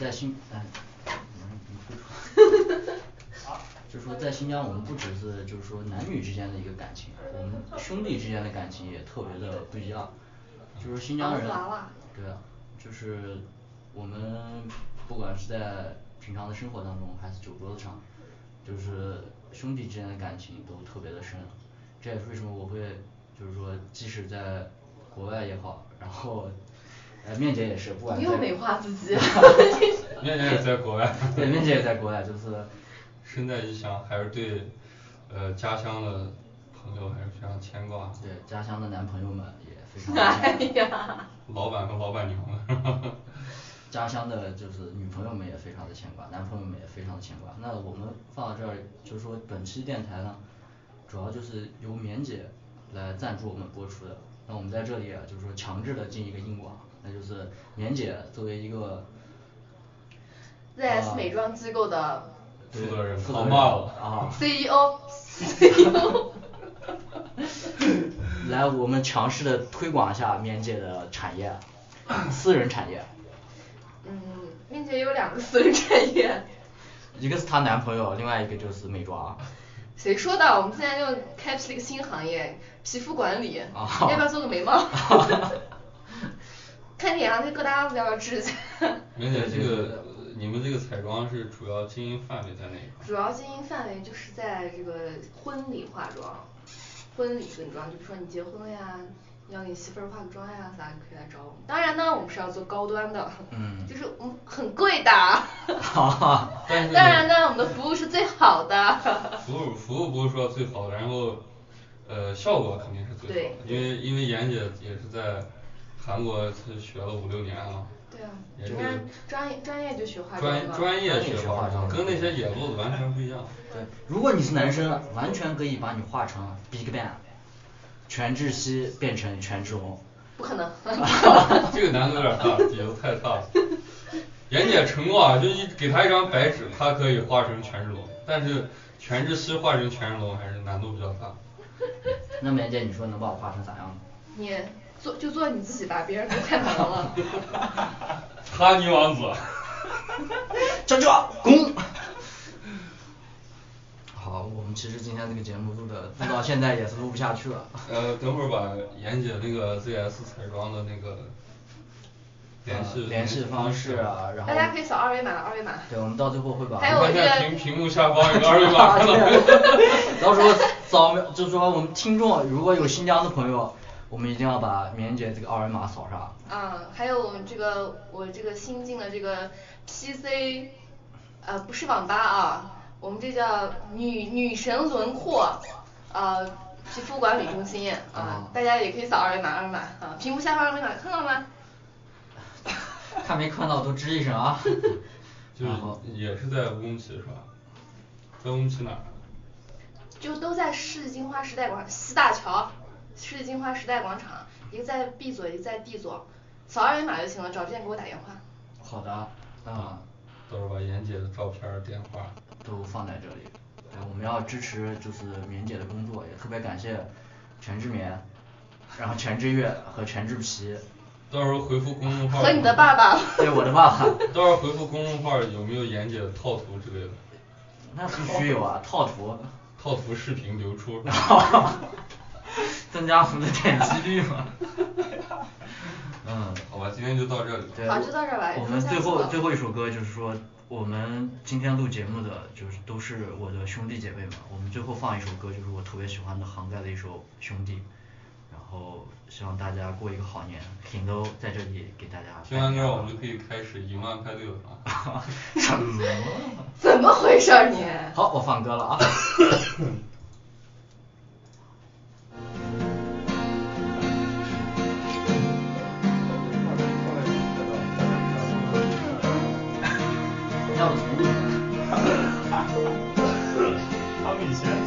Speaker 1: 在新，哎，嗯你不说。就说在新疆，我们不只是就是说男女之间的一个感情，我们兄弟之间的感情也特别的不一样。就是新疆人
Speaker 2: 王娃娃，
Speaker 1: 对啊，就是我们不管是在平常的生活当中，还是酒桌子上，就是兄弟之间的感情都特别的深。这也是为什么我会就是说，即使在国外也好，然后呃面姐也是，不管
Speaker 2: 你
Speaker 1: 在
Speaker 2: 又美化
Speaker 1: *laughs*
Speaker 2: 自己。 *laughs*
Speaker 6: 面面也在国外。
Speaker 1: 对面姐也在国外，就是
Speaker 6: *laughs* 身在异乡，还是对呃家乡的朋友还是非常牵挂。
Speaker 1: 对家乡的男朋友们也非常
Speaker 2: *laughs* 哎
Speaker 1: *laughs* 啊
Speaker 2: 呀，
Speaker 6: 老板和老板娘们，
Speaker 1: 家乡的就是女朋友们也非常的牵挂，男朋友们也非常的牵挂。那我们放到这儿，就是说本期电台呢，主要就是由棉姐来赞助我们播出的。那我们在这里啊，就是说强制的进一个硬广，那就是棉姐作为一个
Speaker 2: ZS 美妆机构的 E
Speaker 1: 对
Speaker 6: 负责人
Speaker 1: 负责
Speaker 6: 好
Speaker 1: 人
Speaker 6: 骂我
Speaker 1: 啊，
Speaker 2: CEO，
Speaker 1: 来我们强势的推广一下棉姐的产业，私人产业，
Speaker 2: 嗯，并且有两个私人产业。
Speaker 1: 一个是她男朋友，另外一个就是美妆。啊
Speaker 2: 谁说的？我们现在又开辟了一个新行业，皮肤管理，
Speaker 1: 哦
Speaker 2: *laughs* 要不要做个眉 *laughs*
Speaker 1: *laughs*
Speaker 2: 毛？嗯看脸上那疙瘩子要不要治一下？
Speaker 6: 梅姐，这个你们这个彩妆是主要经营范围在哪一块？
Speaker 2: 主要经营范围就是在这个婚礼化妆、婚礼跟妆，就比如说你结婚了呀，你要给你媳妇儿化个妆呀，啥可以来找我们。当然呢，我们是要做高端的，
Speaker 1: 嗯
Speaker 2: 就是我们很贵的。
Speaker 6: 但是
Speaker 2: 当然呢，我们的服务是最好的。
Speaker 6: 服务服务不是说最好的，然后呃效果肯定是最好的，因为因为妍姐也是在韩国是学了五六年啊。
Speaker 2: 对啊，
Speaker 6: 也是
Speaker 2: 人家专业专业就学化妆
Speaker 6: 专
Speaker 2: 的。
Speaker 6: 专业
Speaker 1: 专业
Speaker 6: 学
Speaker 1: 学
Speaker 6: 化
Speaker 1: 化
Speaker 6: 妆，
Speaker 1: 妆的
Speaker 6: 跟那些野路子完全不一样。
Speaker 1: 对，如果你是男生，完全可以把你化成 Big Bang，全智熙变成权志龙。
Speaker 2: 不可能。
Speaker 6: 这个难度有点大，底子太大了。妍姐承诺啊，就一给她一张白纸，她可以画成权志龙，但是全是西画成全是龙还是难度比较大。 *laughs*
Speaker 1: 那梅姐，你说能把我画成咋样呢？
Speaker 2: 你做就做你自己吧，别人都太难
Speaker 6: *laughs*
Speaker 2: 了。
Speaker 6: 哈尼王子， *laughs*
Speaker 1: 这这攻。 *laughs* 好，我们其实今天这个节目录的录到现在也是录不下去 *laughs* 了。
Speaker 6: 呃，等会儿把妍姐那个 ZS 彩妆的那个联系
Speaker 1: 呃联系方式啊，然后
Speaker 2: 大家可以扫二维码，二维码。
Speaker 1: 对，我们到最后会把
Speaker 2: 还
Speaker 6: 你
Speaker 2: 有
Speaker 1: *laughs*
Speaker 6: 看
Speaker 2: 这
Speaker 6: 现在
Speaker 2: 个
Speaker 6: 屏屏幕下方有个二维码，看到没有？
Speaker 1: 到时候扫描，就是说我们听众如果有新疆的朋友，我们一定要把棉姐这个二维码扫上。
Speaker 2: 啊，还有我们这个我这个新进的这个 PC，呃，不是网吧啊，我们这叫女女神轮廓，呃，皮肤管理中心啊
Speaker 1: 啊，
Speaker 2: 大家也可以扫二维码，二维码啊，屏幕下方二维码看到吗？
Speaker 1: *laughs* 看没看到都吱一声 *laughs* 啊。
Speaker 6: 就是
Speaker 1: 然后
Speaker 6: 也是在乌鲁木齐是吧？在乌鲁木齐哪儿？啊
Speaker 2: 就都在世纪金花时代广西大桥，世纪金花时代广场，一个在 B 座，一个在 D 座，扫二维码就行了，找之前给我打电话。 *laughs*
Speaker 1: 好的，啊、
Speaker 6: 到时候把妍姐的照片儿、电话，
Speaker 1: 都放在这里。对，我们要支持就是棉姐的工作，也特别感谢全智棉，然后全智月和全智皮，
Speaker 6: 到时候回复公众号
Speaker 2: 和你的爸爸。
Speaker 1: 对我的爸爸。 *laughs*
Speaker 6: 到时候回复公众号有没有妍姐的套图之类的，
Speaker 1: 那必须有啊，套图，
Speaker 6: 套图视频流出。
Speaker 1: *laughs* 增加我们的点击率嘛。 *laughs* 嗯，
Speaker 6: 好吧，今天就到这里。
Speaker 1: 对，
Speaker 2: 好就到这儿吧
Speaker 1: 我们
Speaker 2: 下
Speaker 1: 最
Speaker 2: 次
Speaker 1: 后
Speaker 2: 吧
Speaker 1: 最后一首歌就是说，我们今天录节目的就是都是我的兄弟姐妹嘛，我们最后放一首歌就是我特别喜欢的杭盖的一首《兄弟》，然后希望大家过一个好年，挺都在这里给大家。
Speaker 6: 听完歌我们就可以开始一万派对了啊！
Speaker 1: *laughs* 什么？
Speaker 2: 怎么回事儿你？
Speaker 1: 好，我放歌了啊。要不从
Speaker 8: 他们以前